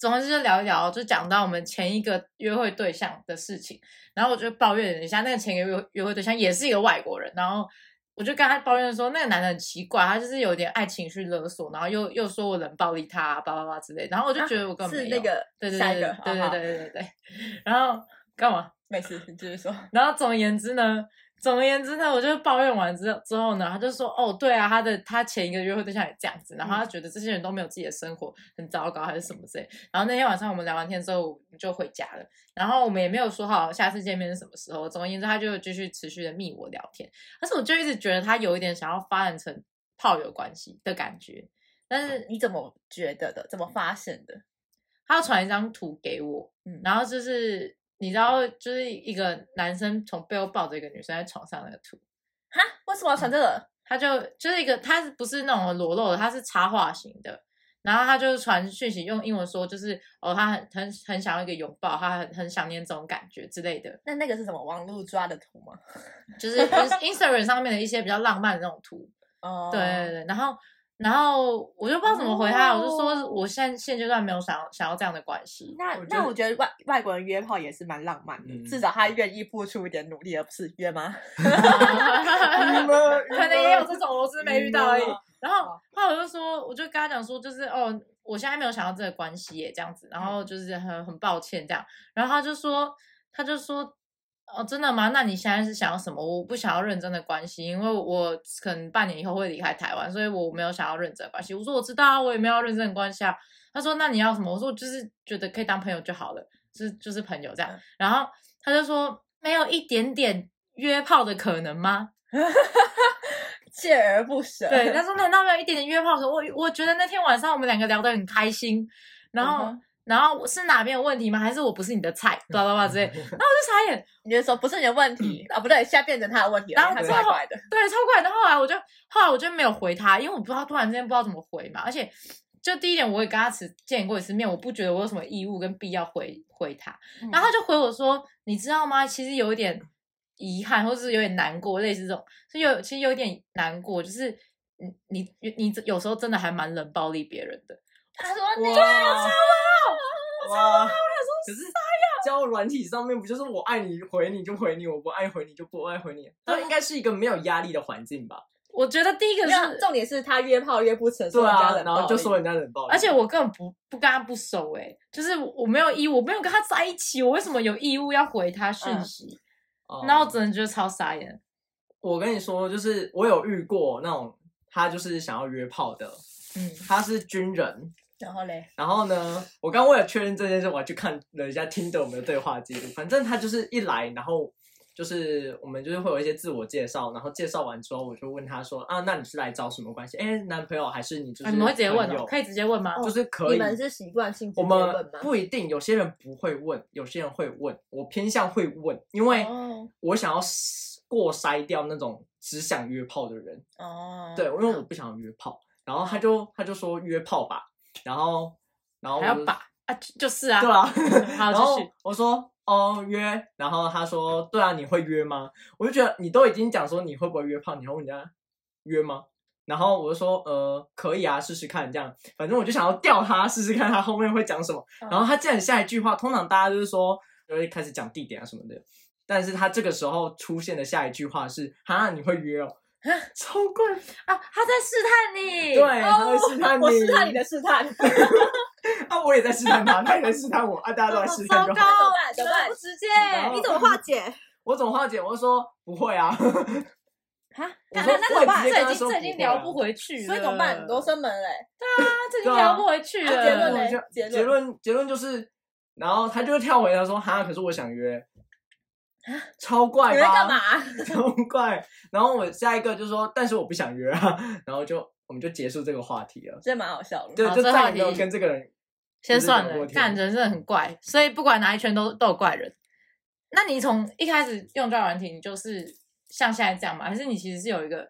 [SPEAKER 2] 总而言之就聊一聊，就讲到我们前一个约会对象的事情，然后我就抱怨了一下，那个前一个约约会对象也是一个外国人，然后我就跟他抱怨说，那个男的很奇怪，他就是有点爱情绪勒索，然后又又说我冷暴力他、啊，巴拉巴拉之类的，然后我就觉得我根本
[SPEAKER 4] 啊是
[SPEAKER 2] 没有、
[SPEAKER 4] 那个
[SPEAKER 2] 对对
[SPEAKER 4] 下
[SPEAKER 2] 对
[SPEAKER 4] 一
[SPEAKER 2] 对
[SPEAKER 4] 个，啊
[SPEAKER 2] 对
[SPEAKER 4] 好
[SPEAKER 2] 对对
[SPEAKER 4] 好
[SPEAKER 2] 对对，然后干嘛？
[SPEAKER 4] 没事，你继续说。
[SPEAKER 2] 然后总而言之呢，总而言之呢，我就抱怨完之后之后呢，他就说，哦，对啊，他的他前一个约会对象也这样子，然后他觉得这些人都没有自己的生活，很糟糕还是什么之类。然后那天晚上我们聊完天之后，我们就回家了，然后我们也没有说好下次见面是什么时候。总而言之，他就继续持续的密我聊天，但是我就一直觉得他有一点想要发展成炮友关系的感觉，但是
[SPEAKER 4] 你怎么觉得的？怎么发现的？
[SPEAKER 2] 他要传一张图给我，
[SPEAKER 4] 嗯
[SPEAKER 2] 然后就是你知道，就是一个男生从背后抱着一个女生在床上那个图，
[SPEAKER 4] 哈，为什么要传这个？
[SPEAKER 2] 他就就是一个他是不是那种裸露的，他是插画型的，然后他就传讯息用英文说，就是哦，他很很很想要一个拥抱，他很很想念这种感觉之类的，
[SPEAKER 4] 那那个是什么？网络抓的图吗？
[SPEAKER 2] 就是 ins- Instagram 上面的一些比较浪漫的那种图，
[SPEAKER 4] 哦
[SPEAKER 2] 对对对，然后。然后我就不知道怎么回他，我就说
[SPEAKER 4] 哦
[SPEAKER 2] 我现现阶段没有想要想要这样的关系，
[SPEAKER 4] 那
[SPEAKER 1] 我觉得
[SPEAKER 4] 那我觉得外外国人约炮也是蛮浪漫的，
[SPEAKER 1] 嗯
[SPEAKER 4] 至少他愿意付出一点努力，而不是约吗？
[SPEAKER 2] 可能也有这种，我只是没遇到而已
[SPEAKER 4] 嗯。
[SPEAKER 2] 然后后来我就说，我就跟他讲说，就是哦，我现在没有想到这个关系耶，这样子，然后就是很很抱歉这样。然后他就说，他就说，哦，真的吗？那你现在是想要什么？我不想要认真的关系，因为我可能半年以后会离开台湾，所以我没有想要认真的关系。我说我知道啊，我也没有要认真的关系啊。他说那你要什么？我说我就是觉得可以当朋友就好了，就是就是朋友这样
[SPEAKER 4] 嗯。
[SPEAKER 2] 然后他就说没有一点点约炮的可能吗？
[SPEAKER 4] 锲而不舍。
[SPEAKER 2] 对，他说难道没有一点点约炮可我我觉得那天晚上我们两个聊得很开心，然后、
[SPEAKER 4] 嗯哼
[SPEAKER 2] 然后我是哪边有问题吗？还是我不是你的菜？叭叭叭 之类，然后我就傻眼，
[SPEAKER 4] 你就说不是你的问题啊，不对，现在变成他的问题
[SPEAKER 2] 嗯
[SPEAKER 4] 了，
[SPEAKER 2] 然后
[SPEAKER 4] 因为
[SPEAKER 2] 最
[SPEAKER 4] 他
[SPEAKER 2] 后
[SPEAKER 4] 怪怪的。
[SPEAKER 2] 对，超怪的。后来我就后来我就没有回他，因为我不知道突然之间不知道怎么回嘛，而且。就第一点，我也跟他只见过一次面，我不觉得我有什么义务跟必要回回他。
[SPEAKER 4] 嗯
[SPEAKER 2] 然后他就回我说：“你知道吗？其实有一点遗憾，或者是有点难过，类似这种，是有其实有一点难过，就是你你你你有时候真的还蛮冷暴力别人的。
[SPEAKER 4] 他说
[SPEAKER 1] 哇，哇，可是交友软体上面不就是我爱你回你就回你，我不爱回你就不爱回你？它应该是一个没有压力的环境吧？
[SPEAKER 2] 我觉得第一个
[SPEAKER 4] 没有，
[SPEAKER 2] 是，
[SPEAKER 4] 重点是他约炮约不成，
[SPEAKER 1] 对
[SPEAKER 4] 所以人家
[SPEAKER 1] 啊，
[SPEAKER 4] 冷
[SPEAKER 1] 然后
[SPEAKER 4] 暴
[SPEAKER 1] 就
[SPEAKER 4] 力
[SPEAKER 1] 说人家冷暴力，
[SPEAKER 2] 而且我根本不不跟他不熟、欸，就是我没有义务，我没有跟他在一起，我为什么有义务要回他讯
[SPEAKER 4] 嗯
[SPEAKER 2] 息？
[SPEAKER 1] 哦
[SPEAKER 2] 那、我真的觉得超傻眼。
[SPEAKER 1] 我跟你说，就是我有遇过那种他就是想要约炮的，
[SPEAKER 2] 嗯，
[SPEAKER 1] 他是军人，
[SPEAKER 4] 然后嘞，
[SPEAKER 1] 然后呢，我刚为了确认这件事，我还去看了一下听的我们的对话记录。反正他就是一来，然后就是我们就是会有一些自我介绍，然后介绍完之后，我就问他说啊，那你是来找什么关系？哎，男朋友还是你就
[SPEAKER 2] 啊
[SPEAKER 1] 是
[SPEAKER 2] 你们会直接问
[SPEAKER 1] 朋
[SPEAKER 2] 哦、
[SPEAKER 1] 友
[SPEAKER 2] 可以哦直接问吗？
[SPEAKER 1] 就是可
[SPEAKER 4] 你
[SPEAKER 1] 以。
[SPEAKER 4] 们是习惯性直
[SPEAKER 1] 我
[SPEAKER 4] 接
[SPEAKER 1] 们
[SPEAKER 4] 问吗？
[SPEAKER 1] 不一定，有些人不会问，有些人会问。我偏向会问，因为
[SPEAKER 4] 哦
[SPEAKER 1] 我想要筛过筛掉那种只想约炮的人。
[SPEAKER 4] 哦，
[SPEAKER 1] 对，因为我不想约炮。然后他就他就说约炮吧，然后然后
[SPEAKER 2] 还要
[SPEAKER 1] 我就
[SPEAKER 2] 把啊，就就是 啊，
[SPEAKER 1] 对啊，
[SPEAKER 2] 好
[SPEAKER 1] 然
[SPEAKER 2] 继
[SPEAKER 1] 后
[SPEAKER 2] 续
[SPEAKER 1] 我说哦约，然后他说对啊，你会约吗？我就觉得你都已经讲说你会不会约炮，你还问人家约吗？然后我就说呃可以啊，试试看这样，反正我就想要吊他试试看他后面会讲什么。然后他竟然下一句话，通常大家就是说就会开始讲地点啊什么的，但是他这个时候出现的下一句话是：“哈，你会约哦？” 超怪，
[SPEAKER 2] 啊，他在试探你。哦
[SPEAKER 1] 对，他会试探你，
[SPEAKER 4] 我试探你的试探，
[SPEAKER 1] 啊，我也在试探他， 他也在试探我，啊，大家都在试探
[SPEAKER 2] 糟
[SPEAKER 1] 就
[SPEAKER 2] 糕
[SPEAKER 1] 好。
[SPEAKER 4] 好，
[SPEAKER 2] 怎么不直接？
[SPEAKER 1] 然后
[SPEAKER 4] 你怎么化 解？
[SPEAKER 1] 我怎么化解？我就说不会啊，
[SPEAKER 2] 啊，
[SPEAKER 1] 我
[SPEAKER 2] 那
[SPEAKER 1] 说
[SPEAKER 2] 那那
[SPEAKER 1] 我
[SPEAKER 2] 怎么办？
[SPEAKER 1] 直接跟
[SPEAKER 2] 这
[SPEAKER 1] 他
[SPEAKER 2] 已经
[SPEAKER 1] 说
[SPEAKER 2] 这已
[SPEAKER 1] 不
[SPEAKER 2] 经
[SPEAKER 1] 会啊
[SPEAKER 2] 聊不回去了，
[SPEAKER 4] 所以怎么办？罗生门嘞，
[SPEAKER 2] 啊，这已经
[SPEAKER 1] 对啊
[SPEAKER 2] 聊不回去了。
[SPEAKER 4] 啊结论呢
[SPEAKER 1] 就
[SPEAKER 4] 结论
[SPEAKER 1] 结论结论就是，然后他就会跳回来说：“哈，可是我想约。”超怪吧？
[SPEAKER 4] 啊你在干 嘛？？
[SPEAKER 1] 超怪。然后我下一个就说：“但是我不想约啊。” 然后就我们就结束这个话题了。
[SPEAKER 4] 真的蛮好笑的。
[SPEAKER 1] 对，
[SPEAKER 2] 好
[SPEAKER 1] 就
[SPEAKER 2] 这
[SPEAKER 1] 再
[SPEAKER 2] 话
[SPEAKER 1] 也没有
[SPEAKER 2] 题
[SPEAKER 1] 跟这个人
[SPEAKER 2] 先
[SPEAKER 1] 就是
[SPEAKER 2] 算
[SPEAKER 1] 讲过
[SPEAKER 2] 了，
[SPEAKER 1] 天
[SPEAKER 2] 干人真的很怪，所以不管哪一圈都都有怪人。那你从一开始用交友软体，你就是像现在这样吗？还是你其实是有一个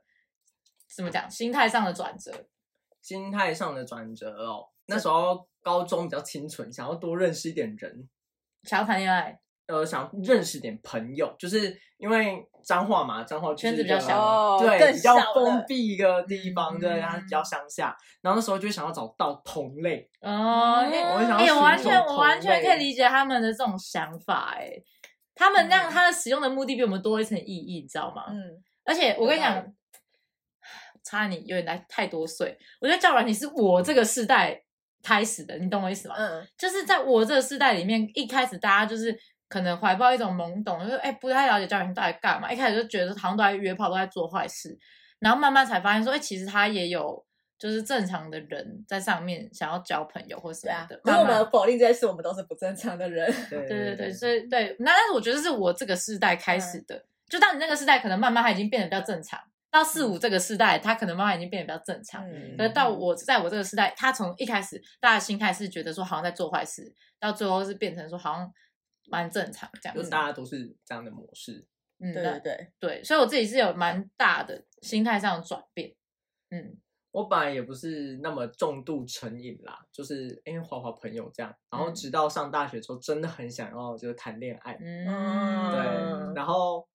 [SPEAKER 2] 怎么讲心态上的转折？
[SPEAKER 1] 心态上的转折哦。那时候高中比较清纯，想要多认识一点人，
[SPEAKER 2] 想要谈恋爱，
[SPEAKER 1] 呃，想认识点朋友，就是因为彰化嘛，彰化就是
[SPEAKER 2] 圈子比
[SPEAKER 1] 一个
[SPEAKER 2] 较小
[SPEAKER 4] 哦
[SPEAKER 1] 对，
[SPEAKER 4] 更
[SPEAKER 1] 比较
[SPEAKER 4] 小
[SPEAKER 1] 封
[SPEAKER 4] 了
[SPEAKER 1] 闭一个地方，对，它比较
[SPEAKER 2] 嗯
[SPEAKER 1] 乡下。然后那时候就想要找到同类，
[SPEAKER 2] 哦，因为
[SPEAKER 4] 嗯
[SPEAKER 1] 我想要
[SPEAKER 2] 哎、
[SPEAKER 1] 寻
[SPEAKER 2] 我完
[SPEAKER 1] 求
[SPEAKER 2] 全我
[SPEAKER 1] 同
[SPEAKER 2] 完全
[SPEAKER 1] 类
[SPEAKER 2] 可以理解他们的这种想法、哎，他们
[SPEAKER 1] 嗯
[SPEAKER 2] 那样他的使用的目的比我们多一层意义，你知道吗？
[SPEAKER 4] 嗯，
[SPEAKER 2] 而且我跟你
[SPEAKER 4] 有道
[SPEAKER 2] 讲，差你有点来太多岁。我觉得教软体是我这个世代开始的，你懂我意思吗？
[SPEAKER 4] 嗯
[SPEAKER 2] 就是在我这个世代里面，一开始大家就是可能怀抱一种懵懂，就是哎、不太了解教软体到底干嘛，一开始就觉得好像都在约炮，都在做坏事，然后慢慢才发现说，哎、其实他也有。就是正常的人在上面想要交朋友或什
[SPEAKER 4] 对
[SPEAKER 2] 么
[SPEAKER 4] 啊
[SPEAKER 2] 的，。
[SPEAKER 4] 如果
[SPEAKER 2] 慢
[SPEAKER 4] 我
[SPEAKER 2] 慢
[SPEAKER 4] 们否定这件事，我们都是不正常的人。
[SPEAKER 1] 对
[SPEAKER 2] 对对对，所以对，那但是我觉得是我这个世代开始的，就到你那个世代，可能慢慢它已经变得比较正常。到四五这个世代，它可能慢慢已经变得比较正常。
[SPEAKER 4] 嗯
[SPEAKER 2] 可是到我在我这个时代，他从一开始大家的心态是觉得说好像在做坏事，到最后是变成说好像蛮正常这样
[SPEAKER 1] 就
[SPEAKER 2] 子。
[SPEAKER 1] 大家都是这样的模式。
[SPEAKER 2] 嗯，
[SPEAKER 4] 对对对，
[SPEAKER 2] 对，所以我自己是有蛮大的心态上的转变。嗯，
[SPEAKER 1] 我本来也不是那么重度成瘾啦，就是因为花花朋友这样，然后直到上大学之后，真的很想要就是谈恋爱，
[SPEAKER 2] 嗯，
[SPEAKER 1] 对，然后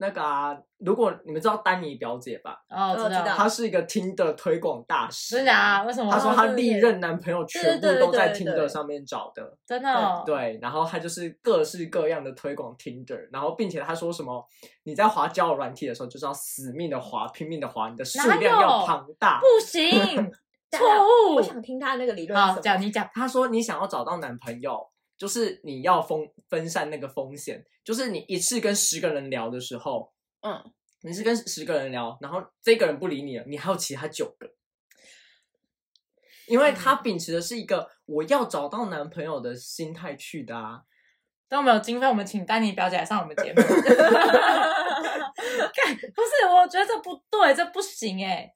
[SPEAKER 1] 那个啊，如果你们知道丹尼表姐吧，
[SPEAKER 2] 哦，知
[SPEAKER 4] 知道
[SPEAKER 2] 道，
[SPEAKER 1] 她是一个听的推广大使，
[SPEAKER 2] 真的啊？为什么？
[SPEAKER 1] 她说她
[SPEAKER 4] 哦对
[SPEAKER 1] 历任男朋友全部
[SPEAKER 4] 对对对
[SPEAKER 1] 都在
[SPEAKER 4] 对
[SPEAKER 1] 听
[SPEAKER 4] 对
[SPEAKER 1] 的上面找的，
[SPEAKER 2] 真的哦，
[SPEAKER 1] 对，然后他就是各式各样的推广 Tinder，然后并且他说什么，你在滑交友软体的时候就是要死命的滑，拼命的滑，你的数
[SPEAKER 2] 哪
[SPEAKER 1] 量要
[SPEAKER 2] 有
[SPEAKER 1] 庞大。
[SPEAKER 2] 不 行，
[SPEAKER 4] 等一下
[SPEAKER 2] 错误
[SPEAKER 4] 我。想听他那个理论是什
[SPEAKER 2] 好，
[SPEAKER 4] 么。
[SPEAKER 2] 讲你讲，
[SPEAKER 1] 他说你想要找到男朋友，就是你要分分散那个风险，就是你一次跟十个人聊的时候，
[SPEAKER 4] 嗯，
[SPEAKER 1] 你是跟十个人聊，然后这个人不理你了，你还有其他九个。因为他
[SPEAKER 2] 嗯
[SPEAKER 1] 秉持的是一个我要找到男朋友的心态去的啊，
[SPEAKER 2] 等我们有经费，我们请丹尼表姐来上我们 节目。看，不是，我觉得这不对，这不行哎、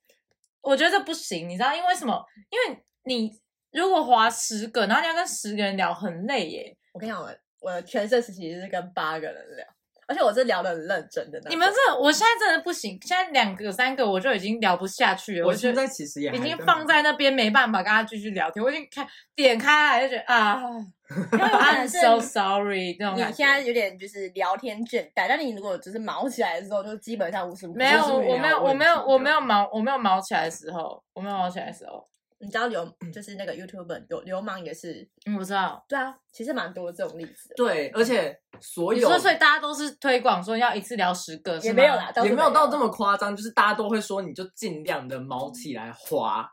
[SPEAKER 2] 我觉得这不行，你知道因为什么？因为你如果划十个，然后你要跟十个人聊，很累耶、
[SPEAKER 4] 我跟你讲，我我全盛时期是跟八个人聊，而且我是聊的很认真的那种。
[SPEAKER 2] 你们这，我现在真的不行，现在两个三个我就已经聊不下去了，
[SPEAKER 1] 我
[SPEAKER 2] 我觉
[SPEAKER 1] 现
[SPEAKER 2] 得
[SPEAKER 1] 在其实也还
[SPEAKER 2] 已经
[SPEAKER 1] 在
[SPEAKER 2] 放在那边没办法跟他继续聊天，我已经开点开来就觉得 啊
[SPEAKER 1] 哦
[SPEAKER 2] ，I'm
[SPEAKER 4] 是
[SPEAKER 2] so sorry 那种
[SPEAKER 4] 你
[SPEAKER 2] 感
[SPEAKER 4] 现
[SPEAKER 2] 觉。
[SPEAKER 4] 在有点就是聊天倦怠，但你如果就是毛起来的时候，就基本上无时无刻
[SPEAKER 2] 没有，
[SPEAKER 4] 就是
[SPEAKER 1] 没
[SPEAKER 2] 我
[SPEAKER 1] 有
[SPEAKER 2] 没有，我
[SPEAKER 1] 问
[SPEAKER 2] 没有，
[SPEAKER 1] 题的
[SPEAKER 2] 我没有毛，我没有毛起来的时候，我没有毛起来的时候，
[SPEAKER 4] 你知道流就是那个 YouTuber 流流氓也是，
[SPEAKER 2] 嗯，我知道。
[SPEAKER 4] 对啊，其实蛮多这种例子的，
[SPEAKER 1] 对，而且所
[SPEAKER 2] 你
[SPEAKER 1] 有
[SPEAKER 2] 说，所以大家都是推广说要一次聊十个，是
[SPEAKER 4] 也
[SPEAKER 2] 吗
[SPEAKER 4] 没有啦，，倒是
[SPEAKER 1] 也没有到这么夸张，就是大家都会说，你就尽量的毛起来滑，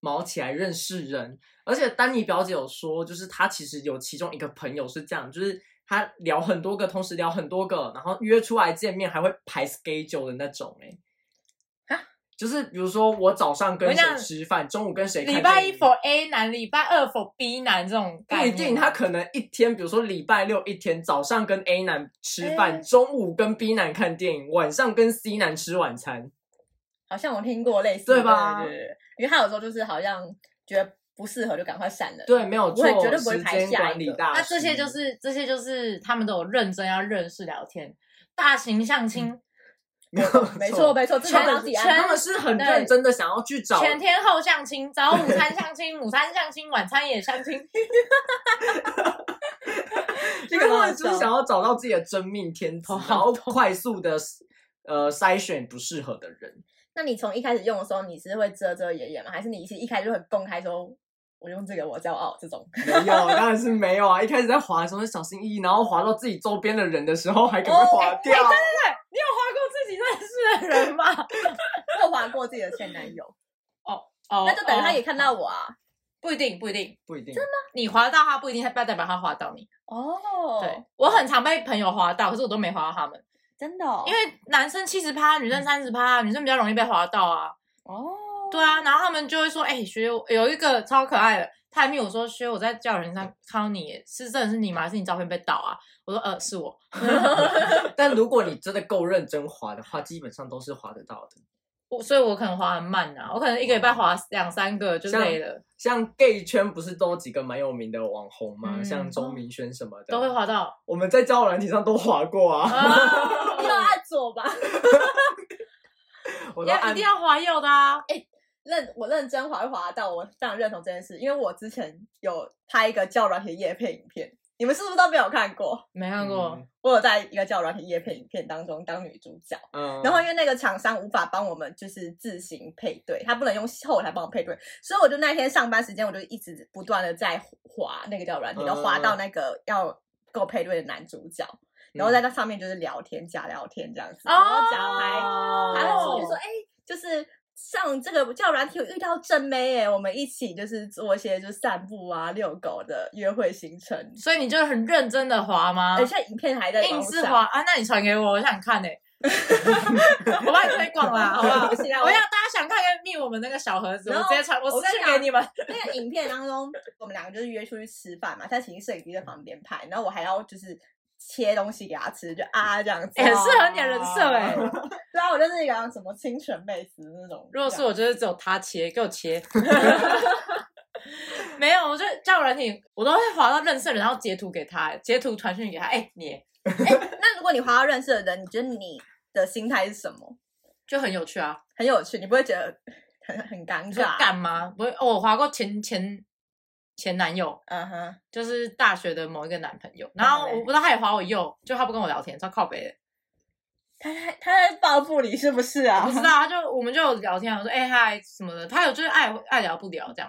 [SPEAKER 1] 毛起来认识人。而且丹尼表姐有说，就是她其实有其中一个朋友是这样，就是她聊很多个，同时聊很多个，然后约出来见面还会排 schedule 的那种、欸，哎
[SPEAKER 4] 啊，
[SPEAKER 1] 就是比如说我早上跟
[SPEAKER 2] 我
[SPEAKER 1] 谁
[SPEAKER 2] 想
[SPEAKER 1] 吃饭，中午跟谁看
[SPEAKER 2] 礼拜
[SPEAKER 1] 电
[SPEAKER 2] 一
[SPEAKER 1] 影
[SPEAKER 2] for A 男，礼拜二 for B 男这种
[SPEAKER 1] 不
[SPEAKER 2] 概
[SPEAKER 1] 一
[SPEAKER 2] 念。啊
[SPEAKER 1] 定，他可能一天，比如说礼拜六一天，早上跟 A 男吃饭，
[SPEAKER 4] 哎
[SPEAKER 1] 中午跟 B 男看电影，晚上跟 C 男吃晚餐。
[SPEAKER 4] 好像我听过类似的，
[SPEAKER 1] 对吧
[SPEAKER 4] 对对对因为他有时候就是好像觉得不适合就赶快闪了，
[SPEAKER 1] 对，没有
[SPEAKER 4] 不
[SPEAKER 1] 错
[SPEAKER 4] 会，绝对不会
[SPEAKER 1] 时
[SPEAKER 4] 排
[SPEAKER 1] 间
[SPEAKER 4] 下一
[SPEAKER 1] 管理
[SPEAKER 4] 个
[SPEAKER 1] 大
[SPEAKER 2] 那
[SPEAKER 1] 师
[SPEAKER 2] 这些就是这些就是他们都有认真要认识聊天，大型相亲，
[SPEAKER 1] 没有
[SPEAKER 4] 没错没错，这
[SPEAKER 2] 全
[SPEAKER 4] 全自己安排
[SPEAKER 1] 他们是很
[SPEAKER 2] 对
[SPEAKER 1] 认真的想要去找，
[SPEAKER 2] 全天候相亲，早午餐相亲，午餐相亲，晚餐也相亲。
[SPEAKER 1] 因为他们就是想要找到自己的真命天子，
[SPEAKER 2] 头
[SPEAKER 1] 然
[SPEAKER 2] 好
[SPEAKER 1] 后快速的呃筛选不适合的人。
[SPEAKER 4] 那你从一开始用的时候，你是会遮遮掩掩吗？还是你是一开始就很公开说我用这个我骄傲这 种。
[SPEAKER 1] 没有，当然是没有啊！一开始在滑的时候小心翼翼，然后滑到自己周边的人的时候还
[SPEAKER 4] 哦
[SPEAKER 1] 赶快
[SPEAKER 4] 哎
[SPEAKER 1] 滑掉。
[SPEAKER 2] 你有划过自己认识的人吗？
[SPEAKER 4] 我有划过自己的前男友，
[SPEAKER 2] 哦
[SPEAKER 4] 那就等于他也
[SPEAKER 2] 哦
[SPEAKER 4] 看到我啊。
[SPEAKER 2] 不一定，不一定。
[SPEAKER 1] 不一定，啊真的
[SPEAKER 2] 你划得到他不一定，他不代表他划到你。
[SPEAKER 4] 哦
[SPEAKER 2] 对，我很常被朋友划到，可是我都没划到他们，
[SPEAKER 4] 真的哦，
[SPEAKER 2] 因为男生七十趴，女生三十趴，女生比较容易被划到啊。
[SPEAKER 4] 哦，
[SPEAKER 2] 对啊，然后他们就会说：“哎、学友有一个超可爱的，他还密我说，学友我在交友软件上看到你耶，是真的是你吗？还是你照片被盗啊？”我说：“呃，是我。
[SPEAKER 1] 但如果你真的够认真滑的话，基本上都是滑得到的。
[SPEAKER 2] 我”所以，我可能滑很慢啊，我可能一个礼拜滑两三个就累了，
[SPEAKER 1] 像 gay 圈不是都有几个蛮有名的网红吗？
[SPEAKER 2] 嗯
[SPEAKER 4] 哦
[SPEAKER 1] 像啊周明轩什么的，
[SPEAKER 2] 都会。滑到。
[SPEAKER 1] 我们在交友软体上都滑过啊，
[SPEAKER 4] 你有
[SPEAKER 2] 啊，
[SPEAKER 4] 按左吧？
[SPEAKER 1] 我都
[SPEAKER 2] 要
[SPEAKER 1] 按
[SPEAKER 2] 一定要滑右的啊！
[SPEAKER 4] 认我认真划一划到，我非常认同这件事，因为我之前有拍一个教软体夜配影片，你们是不是都没有看过？
[SPEAKER 2] 没看过，
[SPEAKER 4] 我有在一个教软体夜配影片当中当女主角，
[SPEAKER 1] 嗯，
[SPEAKER 4] 然后因为那个厂商无法帮我们就是自行配对，他不能用后台帮我配对，所以我就那天上班时间我就一直不断的在滑那个叫软体，然后滑到那个要跟我配对的男主角，然
[SPEAKER 1] 嗯
[SPEAKER 4] 后在那上面就是聊天假聊天这样子，然后假拍，
[SPEAKER 2] 哦，
[SPEAKER 4] 然后就说哎、就是。上这个叫软体，我遇到正妹耶，我们一起就是做一些就是散步啊、遛狗的约会行程，
[SPEAKER 2] 所以你就很认真的滑吗
[SPEAKER 4] 而？且影片还在
[SPEAKER 2] 啊硬
[SPEAKER 4] 网
[SPEAKER 2] 是
[SPEAKER 4] 上
[SPEAKER 2] 滑啊？那你传给我，我想看呢、欸 我帮你推广啦，好不好？
[SPEAKER 4] 不行啊
[SPEAKER 2] 我要大家想看，可以密我们那个小盒子，
[SPEAKER 4] 然
[SPEAKER 2] 我
[SPEAKER 4] 后
[SPEAKER 2] 直接传，我
[SPEAKER 4] 我
[SPEAKER 2] 私
[SPEAKER 4] 跟你
[SPEAKER 2] 信
[SPEAKER 4] 讲
[SPEAKER 2] 给 你们。
[SPEAKER 4] 那个影片当中，我们两个就是约出去吃饭嘛，但其实摄影机在旁边拍，然后我还要就是切东西给他吃，就啊这样子。
[SPEAKER 2] 欸很适合你的人设
[SPEAKER 4] 哦
[SPEAKER 2] 哎、
[SPEAKER 4] 对啊，我就是一个什么清纯妹子那种。
[SPEAKER 2] 如果是我，就是只有他切，给我 切。 没有，我就叫软体，我都会滑到认识的人，然后截图给他、欸截图传讯给他。哎、你耶
[SPEAKER 4] 这样，那如果你滑到认识的人，你觉得你的心态是什么？
[SPEAKER 2] 就很有趣啊！
[SPEAKER 4] 很有趣，你不会觉得很很尴
[SPEAKER 2] 你说
[SPEAKER 4] 尬？
[SPEAKER 2] 干嘛？不会，哦、我滑过前前前男友，
[SPEAKER 4] 嗯哼，
[SPEAKER 2] 就是大学的某一个男朋友，然
[SPEAKER 4] 然后
[SPEAKER 2] 后
[SPEAKER 4] 嘞
[SPEAKER 2] 我不知道他也划我右，就他不跟我聊天，超靠北的，
[SPEAKER 4] 他他他在报复你是不是
[SPEAKER 1] 哦
[SPEAKER 4] 啊？
[SPEAKER 2] 我不知道，他就我们就有聊天，我说哎嗨、什么的，他有就是爱爱聊不聊这样，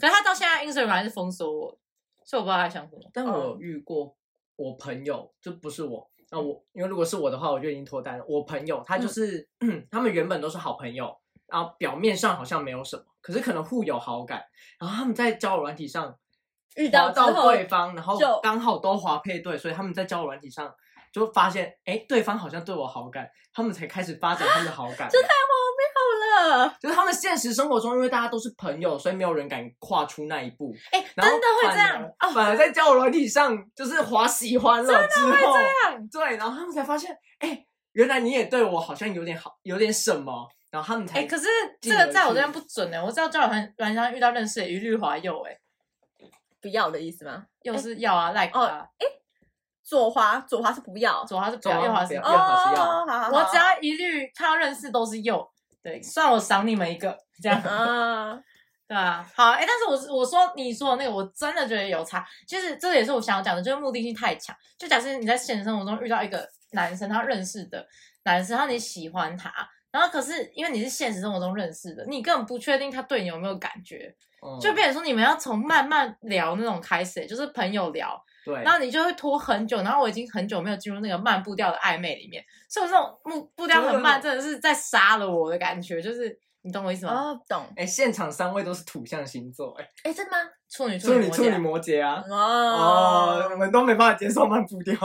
[SPEAKER 2] 可是他到现在 Instagram 还是封锁我，所以我不知道他在想什么。
[SPEAKER 1] 但我有遇过我朋友，就不是我。那我因为如果是我的话，我就已经脱单了。我朋友他就是、 他们原本都是好朋友，然后表面上好像没有什么，可是可能互有好感，然后他们在交友软体上
[SPEAKER 4] 遇
[SPEAKER 1] 滑
[SPEAKER 4] 到之
[SPEAKER 1] 到
[SPEAKER 4] 后
[SPEAKER 1] 对方，然后
[SPEAKER 4] 就
[SPEAKER 1] 刚好都滑配对，所以他们在交友软体上就发现，哎，对方好像对我好感，他们才开始发展他们的好 感。
[SPEAKER 4] 这太荒谬了。
[SPEAKER 1] 就是他们现实生活中，因为大家都是朋友，所以没有人敢跨出那一步。
[SPEAKER 2] 哎、
[SPEAKER 1] 然后
[SPEAKER 2] 真的会这样
[SPEAKER 1] 反
[SPEAKER 2] 哦
[SPEAKER 1] 而反而在交友软体上就是滑喜欢了之后，
[SPEAKER 2] 样
[SPEAKER 1] 对，然后他们才发现，哎，原来你也对我好像有点好，有点什么，然后他们才
[SPEAKER 2] 哎、可是这个在我这边不准呢、欸我知道交友软软件上遇到认识的一律滑右哎、
[SPEAKER 4] 不要的意思吗？
[SPEAKER 1] 哎
[SPEAKER 2] 右是要啊、like
[SPEAKER 4] 哦
[SPEAKER 2] 啊，
[SPEAKER 4] 左滑左滑是不要
[SPEAKER 2] 左滑是不
[SPEAKER 1] 左
[SPEAKER 2] 要，
[SPEAKER 1] 滑
[SPEAKER 2] 右滑
[SPEAKER 1] 不
[SPEAKER 2] 是
[SPEAKER 1] 要右
[SPEAKER 4] 哦，
[SPEAKER 1] 滑是要
[SPEAKER 4] 好好好，
[SPEAKER 2] 我只要一律看到认识都是右，对，算我赏你们一个这样。
[SPEAKER 4] 啊，
[SPEAKER 2] 对啊，好，哎、但是我是我说你说的那个，我真的觉得有差。其实这也是我想要讲的，就是目的性太强。就假设你在现实生活中遇到一个男生，他认识的男生，然后你喜欢他，然后可是因为你是现实生活中认识的，你根本不确定他对你有没有感觉，
[SPEAKER 1] 嗯
[SPEAKER 2] 就变成说你们要从慢慢聊那种开始，就是朋友聊，
[SPEAKER 1] 对
[SPEAKER 2] 然，后你就会拖很久。然后我已经很久没有进入那个慢步调的暧昧里面，所以我这种步步调很慢，真的是在杀了我的感觉，就是你懂我意思吗？
[SPEAKER 4] 哦，懂。
[SPEAKER 1] 哎，现场三位都是土象星座，哎，
[SPEAKER 4] 哎，真的吗？
[SPEAKER 2] 处女
[SPEAKER 1] 处
[SPEAKER 2] 女
[SPEAKER 1] 女、
[SPEAKER 2] 摩
[SPEAKER 1] 处女、
[SPEAKER 2] 羯
[SPEAKER 1] 摩羯啊，哦，我
[SPEAKER 4] 哦，
[SPEAKER 1] 们都没办法接受慢步调，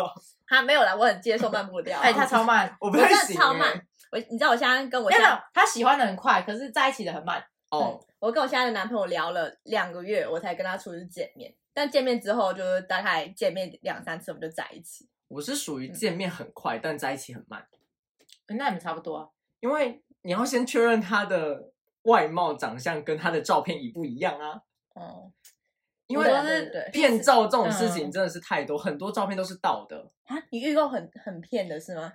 [SPEAKER 4] 他没有啦，我很接受慢步调。
[SPEAKER 2] 哎、他超慢。
[SPEAKER 1] 我 不
[SPEAKER 4] 我
[SPEAKER 1] 太
[SPEAKER 4] 真的
[SPEAKER 1] 行，
[SPEAKER 4] 超
[SPEAKER 1] 哎
[SPEAKER 4] 慢。我你知道我现在跟我
[SPEAKER 2] 没有
[SPEAKER 4] 现
[SPEAKER 2] 没有
[SPEAKER 4] 在，
[SPEAKER 2] 他喜欢的很快，可是在一起的很慢。
[SPEAKER 1] 哦，
[SPEAKER 4] 我跟我现在的男朋友聊了两个月，我才跟他出去见面。但见面之后，就是大概见面两三次，我们就在一起。
[SPEAKER 1] 我是属于见面很快，但在一起很慢。
[SPEAKER 2] 那你们差不多啊、
[SPEAKER 1] 因为你要先确认他的外貌、长相跟他的照片一不一样啊。
[SPEAKER 4] 哦，
[SPEAKER 1] 因
[SPEAKER 4] 对
[SPEAKER 1] 为
[SPEAKER 4] 啊
[SPEAKER 2] 都是
[SPEAKER 4] 对对
[SPEAKER 1] 骗照这种事
[SPEAKER 2] 嗯
[SPEAKER 1] 情真的是太多，很多照片都是盗的。
[SPEAKER 4] 啊，你遇过很很骗的是吗？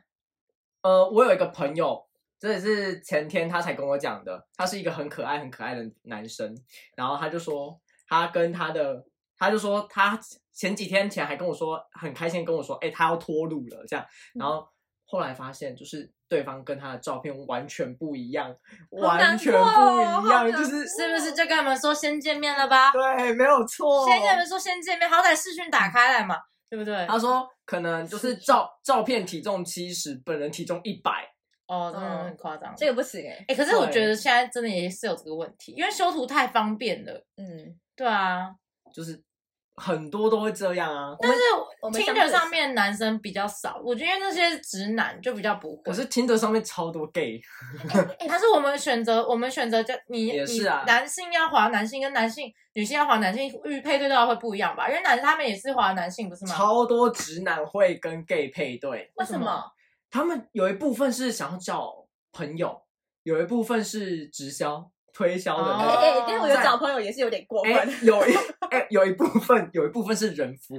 [SPEAKER 1] 呃，我有一个朋友，这也是前天他才跟我讲的，他是一个很可爱、很可爱的男生，然后他就说他跟他的，他就说他前几天前还跟我说很开心地跟我说，哎、他要脱乳了这样，然后后来发现就是对方跟他的照片完全不一样，
[SPEAKER 3] 难过
[SPEAKER 1] 完全不一
[SPEAKER 3] 好
[SPEAKER 1] 样，
[SPEAKER 3] 难
[SPEAKER 1] 就是
[SPEAKER 2] 是不是就跟他们说先见面了 吧？
[SPEAKER 1] 对，没有错。
[SPEAKER 2] 先跟你们说先见面，好歹视讯打开来嘛，对不对？
[SPEAKER 1] 他说可能就是照照片体重七十，本人体重一百，
[SPEAKER 2] 哦，真的
[SPEAKER 4] 嗯
[SPEAKER 2] 很夸张。
[SPEAKER 4] 这个不行哎，
[SPEAKER 2] 哎、可是我
[SPEAKER 1] 对
[SPEAKER 2] 觉得现在真的也是有这个问题，因为修图太方便了。
[SPEAKER 4] 嗯，
[SPEAKER 2] 对啊，
[SPEAKER 1] 就是很多都会这样啊。但是
[SPEAKER 4] 我们相对
[SPEAKER 2] Tinder 上面男生比较少，我觉得因为那些直男就比较不会
[SPEAKER 1] 可。是听着上面超多 gay，
[SPEAKER 2] 欸可是我们选择，我们选择就你
[SPEAKER 1] 也是啊
[SPEAKER 2] 你男性要滑男性跟男性女性要滑男性遇配对到会不一样吧？因为男他们也是滑男性不是吗？
[SPEAKER 1] 超多直男会跟 gay 配对，
[SPEAKER 4] 为什么？
[SPEAKER 1] 他们有一部分是想要找朋友，有一部分是直销推销的
[SPEAKER 4] 哎
[SPEAKER 1] 那种。
[SPEAKER 4] 哎，因为我有找朋友也是有点过
[SPEAKER 1] 哎、
[SPEAKER 4] 分，
[SPEAKER 1] 有一 哎、有一部分有一部分是人夫，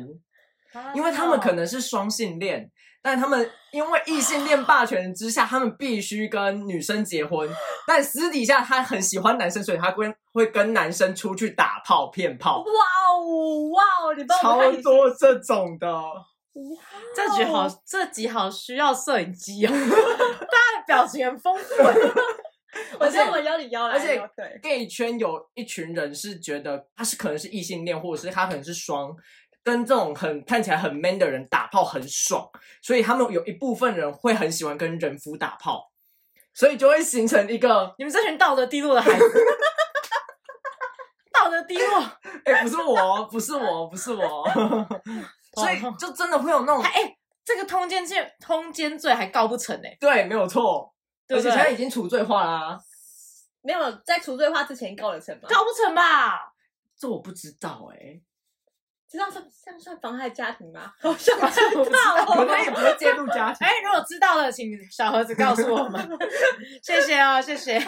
[SPEAKER 2] 啊
[SPEAKER 1] 因为他们可能是双性恋，但他们因为异性恋霸权之下，他们必须跟女生结婚，但私底下他很喜欢男生，所以他跟会跟男生出去打炮骗炮，
[SPEAKER 4] 哇哦哇哦，你帮我
[SPEAKER 1] 超
[SPEAKER 4] 们看
[SPEAKER 1] 多这种的。
[SPEAKER 2] 这局好，
[SPEAKER 1] 哦
[SPEAKER 2] 这集好需要摄影机哦， 大家的表情很丰富哎。
[SPEAKER 4] 我觉得我邀你邀来
[SPEAKER 1] 而且
[SPEAKER 4] 邀，对，
[SPEAKER 1] gay 圈有一群人是觉得他是可能是异性恋，或者是他可能是双，跟这种很看起来很 man 的人打炮很爽，所以他们有一部分人会很喜欢跟人夫打炮，所以就会形成一个，
[SPEAKER 2] 你们这群道德低落的孩子， 道德低落。
[SPEAKER 1] 哎、不是我，不是我，哦不是我， 所以就真的会有那种
[SPEAKER 2] 他哎、这个通奸罪，通奸罪还告不成哎、
[SPEAKER 1] 对，没有错，
[SPEAKER 2] 对
[SPEAKER 1] 而
[SPEAKER 2] 不
[SPEAKER 1] 且
[SPEAKER 2] 对？
[SPEAKER 1] 现在已经处罪化啦、
[SPEAKER 4] 没有在除罪化之前告了成吗？
[SPEAKER 2] 告不成吧？
[SPEAKER 1] 这我不知道哎、欸，
[SPEAKER 4] 知道算这样算妨害家庭吗？ 好像知 哦
[SPEAKER 1] 我不知道，
[SPEAKER 2] 哦
[SPEAKER 1] 可能也不会介入家庭
[SPEAKER 2] 哎、，如果知道了，请小盒子告诉我们， 谢谢哦，谢谢。
[SPEAKER 1] 是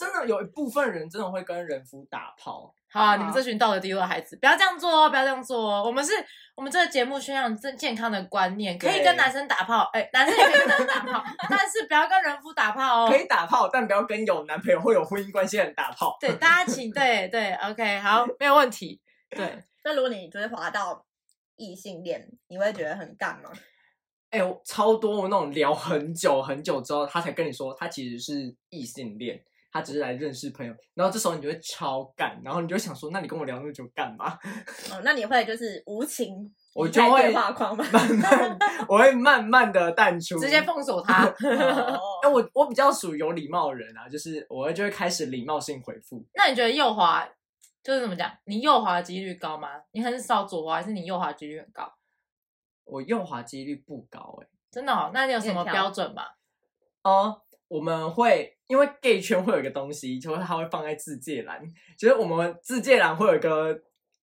[SPEAKER 1] 真的有一部分人真的会跟人夫打炮，
[SPEAKER 2] 好啊、
[SPEAKER 4] 好
[SPEAKER 2] 你们这群道德低落的孩子，不要这样做哦，不要这样做哦。我们是，我们这个节目宣扬正健康的观念，可以
[SPEAKER 1] 对
[SPEAKER 2] 跟男生打炮，哎、男生也可以跟男生打炮，但是不要跟人夫打炮哦。
[SPEAKER 1] 可以打炮，但不要跟有男朋友或有婚姻关系的人打炮。
[SPEAKER 2] 对，大家请对对，OK，好，没有问题。对，
[SPEAKER 4] 那如果你就是滑到异性恋，你会觉得很干吗？
[SPEAKER 1] 哎、我超多我那种聊很久很久之后，他才跟你说他其实是异性恋，他只是来认识朋友。然后这时候你就会超干，然后你就会想说，那你跟我聊那么久干嘛？
[SPEAKER 4] 哦，那你会就是无情
[SPEAKER 1] 我
[SPEAKER 4] 离
[SPEAKER 1] 就
[SPEAKER 4] 开
[SPEAKER 1] 会
[SPEAKER 4] 对话框吗？
[SPEAKER 1] 慢慢，我会慢慢的淡出，
[SPEAKER 2] 直接封锁他。
[SPEAKER 1] 哎、
[SPEAKER 4] 哦，
[SPEAKER 1] 我我比较属于有礼貌的人啊，就是我会就会开始礼貌性回复。
[SPEAKER 2] 那你觉得右滑就是怎么讲？你右滑的几率高吗？你很少左滑，还是你右滑的几率很高？
[SPEAKER 1] 我右滑几率不高哎、
[SPEAKER 2] 真的哦？那你有什么
[SPEAKER 4] 面条
[SPEAKER 2] 标准吗？
[SPEAKER 1] 哦，我们会因为 gay 圈会有一个东西，就是它会放在自介栏，就是我们自介栏会有一个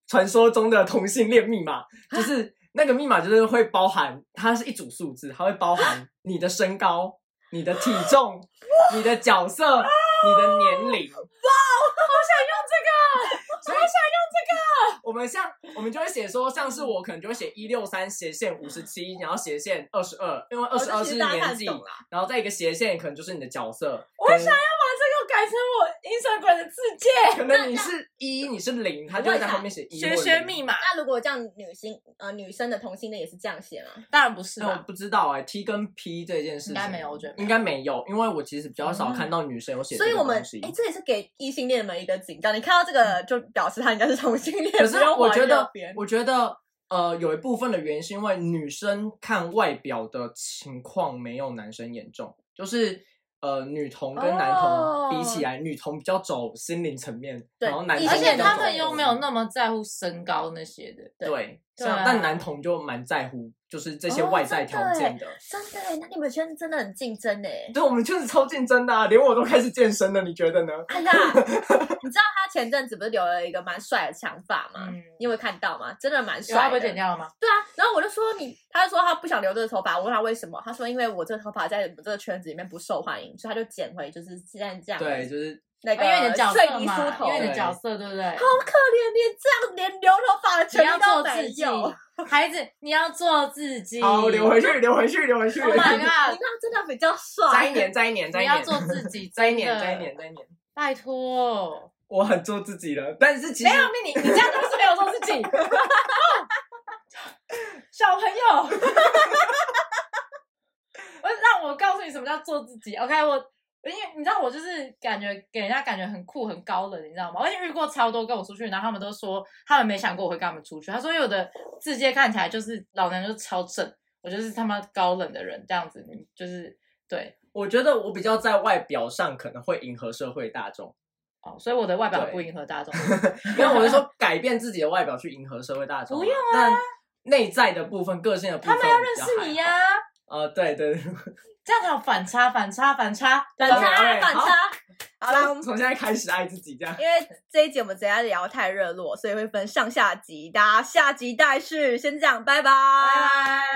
[SPEAKER 1] 传说中的同性恋密码，
[SPEAKER 4] 啊
[SPEAKER 1] 就是那个密码就是会包含，它是一组数字，它会包
[SPEAKER 4] 啊
[SPEAKER 1] 含你的身高、你的体重、你的角色、
[SPEAKER 4] 啊
[SPEAKER 1] 你的年龄。 所以想用这个。我们像我们就会写说，像是我可能就会写一六三斜线五十七，然后斜线二十二，因为 二
[SPEAKER 4] 哦
[SPEAKER 1] 十
[SPEAKER 4] 这
[SPEAKER 1] 二
[SPEAKER 4] 其
[SPEAKER 1] 是
[SPEAKER 4] 实大家
[SPEAKER 1] 年
[SPEAKER 4] 看
[SPEAKER 1] 纪，
[SPEAKER 4] 懂啦。
[SPEAKER 1] 然后再一个斜线，可能就是你的角色。
[SPEAKER 2] 我
[SPEAKER 1] 可
[SPEAKER 2] 想
[SPEAKER 1] 能
[SPEAKER 2] 要把这个改成我 Instagram 的字界，
[SPEAKER 1] 可能你是一，你是零，他就会在后面写一或
[SPEAKER 2] 学
[SPEAKER 1] 零。
[SPEAKER 2] 学密码。
[SPEAKER 4] 那如果这样女性呃女生的同性恋也是这样写吗？
[SPEAKER 2] 当然不是
[SPEAKER 1] 那我
[SPEAKER 2] 吧？
[SPEAKER 1] 不知道哎、t 跟 P 这件事情
[SPEAKER 2] 嗯应该没有，我觉得没有
[SPEAKER 1] 应该没有，因为我其实比较少看到女生有写这
[SPEAKER 4] 所以
[SPEAKER 1] 个
[SPEAKER 4] 我们
[SPEAKER 1] 东西。
[SPEAKER 4] 哎，这也是给异性恋们一个警告，你看到这个
[SPEAKER 2] 嗯
[SPEAKER 4] 就表示他应该是同性恋，
[SPEAKER 1] 可是
[SPEAKER 4] 不用
[SPEAKER 1] 我
[SPEAKER 4] 怀疑
[SPEAKER 1] 觉
[SPEAKER 4] 到
[SPEAKER 1] 得
[SPEAKER 4] 别人，
[SPEAKER 1] 我觉得呃，有一部分的原因是因为女生看外表的情况没有男生严重，就是呃，女同跟男
[SPEAKER 4] 哦
[SPEAKER 1] 同比起来，女同比较走心灵层面，
[SPEAKER 4] 对
[SPEAKER 1] 然后男同
[SPEAKER 4] 异
[SPEAKER 2] 而
[SPEAKER 4] 性
[SPEAKER 2] 且
[SPEAKER 4] 恋
[SPEAKER 1] 比较
[SPEAKER 2] 他
[SPEAKER 1] 走
[SPEAKER 2] 们又没有
[SPEAKER 1] 心
[SPEAKER 2] 那么在乎身高那些的，
[SPEAKER 1] 对，
[SPEAKER 2] 对
[SPEAKER 1] 像
[SPEAKER 2] 啊
[SPEAKER 1] 但男同就蛮在乎，就是这些
[SPEAKER 4] 哦
[SPEAKER 1] 外在
[SPEAKER 4] 真的
[SPEAKER 1] 条件的。
[SPEAKER 4] 真的欸耶，那你们圈子真的很竞争哎。
[SPEAKER 1] 对，我们确实超竞争的、啊，连我都开始健身了，你觉得呢？
[SPEAKER 4] 哎 呀，你知道他前阵子不是留了一个蛮帅的长发吗？
[SPEAKER 2] 嗯
[SPEAKER 4] 你有没有看到吗？真的蛮
[SPEAKER 2] 有啊，
[SPEAKER 4] 帅
[SPEAKER 2] 被
[SPEAKER 4] 的。
[SPEAKER 2] 剪掉了吗？
[SPEAKER 4] 对啊，然后我就说你，他就说他不想留这个头发，我问他为什么，他说因为我这个头发在我们这个圈子里面不受欢迎，所以他就剪回就是现在这样，
[SPEAKER 1] 对，，就是
[SPEAKER 4] 那
[SPEAKER 2] 因
[SPEAKER 4] 个
[SPEAKER 2] 为你的角
[SPEAKER 4] 水
[SPEAKER 2] 色
[SPEAKER 4] 泥
[SPEAKER 2] 嘛
[SPEAKER 4] 梳，头，
[SPEAKER 2] 因为你的
[SPEAKER 1] 对
[SPEAKER 2] 角色，对不对
[SPEAKER 4] 好？可怜，连这样连留头发的
[SPEAKER 2] 你
[SPEAKER 4] 权
[SPEAKER 2] 要
[SPEAKER 4] 利
[SPEAKER 2] 做
[SPEAKER 4] 都
[SPEAKER 2] 自
[SPEAKER 4] 没
[SPEAKER 2] 己
[SPEAKER 4] 有。，
[SPEAKER 2] 孩子，你要做自己。
[SPEAKER 1] 好留回去，留回去，留回去，
[SPEAKER 2] Oh my
[SPEAKER 4] 你
[SPEAKER 2] god
[SPEAKER 4] 那真的比较帅，
[SPEAKER 1] 再一年，再一年，再
[SPEAKER 2] 你
[SPEAKER 1] 一
[SPEAKER 2] 要
[SPEAKER 1] 年，
[SPEAKER 2] 做自己，
[SPEAKER 1] 再一
[SPEAKER 2] 真
[SPEAKER 1] 年，
[SPEAKER 2] 的
[SPEAKER 1] 再一年，再一年。
[SPEAKER 2] 拜托。
[SPEAKER 1] 我很做自己了，但是其实
[SPEAKER 2] 没有，你你这样就是没有做自 己。小朋友，我让我告诉你什么叫做自己。OK，我因为你知道我就是感觉给人家感觉很酷很高冷，你知道吗？我已经遇过超多跟我出去，然后他们都说他们没想过我会跟他们出去。他说有的世界看起来就是老娘就是超正，我就是他妈高冷的人这样子，你就是对
[SPEAKER 1] 我觉得我比较在外表上可能会迎合社会大众，
[SPEAKER 2] 哦，所以我的外表
[SPEAKER 1] 对
[SPEAKER 2] 不迎合 大众。
[SPEAKER 1] 因为我是 说改变自己的外表去迎合社会大众啊，
[SPEAKER 2] 不用啊
[SPEAKER 1] 但内在的部分、个性的部分，
[SPEAKER 2] 他们要认识你呀、
[SPEAKER 1] 啊。呃，对对对，
[SPEAKER 2] 这样才有反差，反差，反差，
[SPEAKER 4] 反
[SPEAKER 1] 差
[SPEAKER 4] 差，
[SPEAKER 1] 哎
[SPEAKER 4] 反
[SPEAKER 1] 好
[SPEAKER 4] 差。好了，我
[SPEAKER 1] 从
[SPEAKER 4] 们
[SPEAKER 1] 从现在开始爱自己这样。
[SPEAKER 4] 因为这一集我们等一下聊太热络，所以会分上下集。大家下集待续，先这样，拜拜
[SPEAKER 2] 拜拜。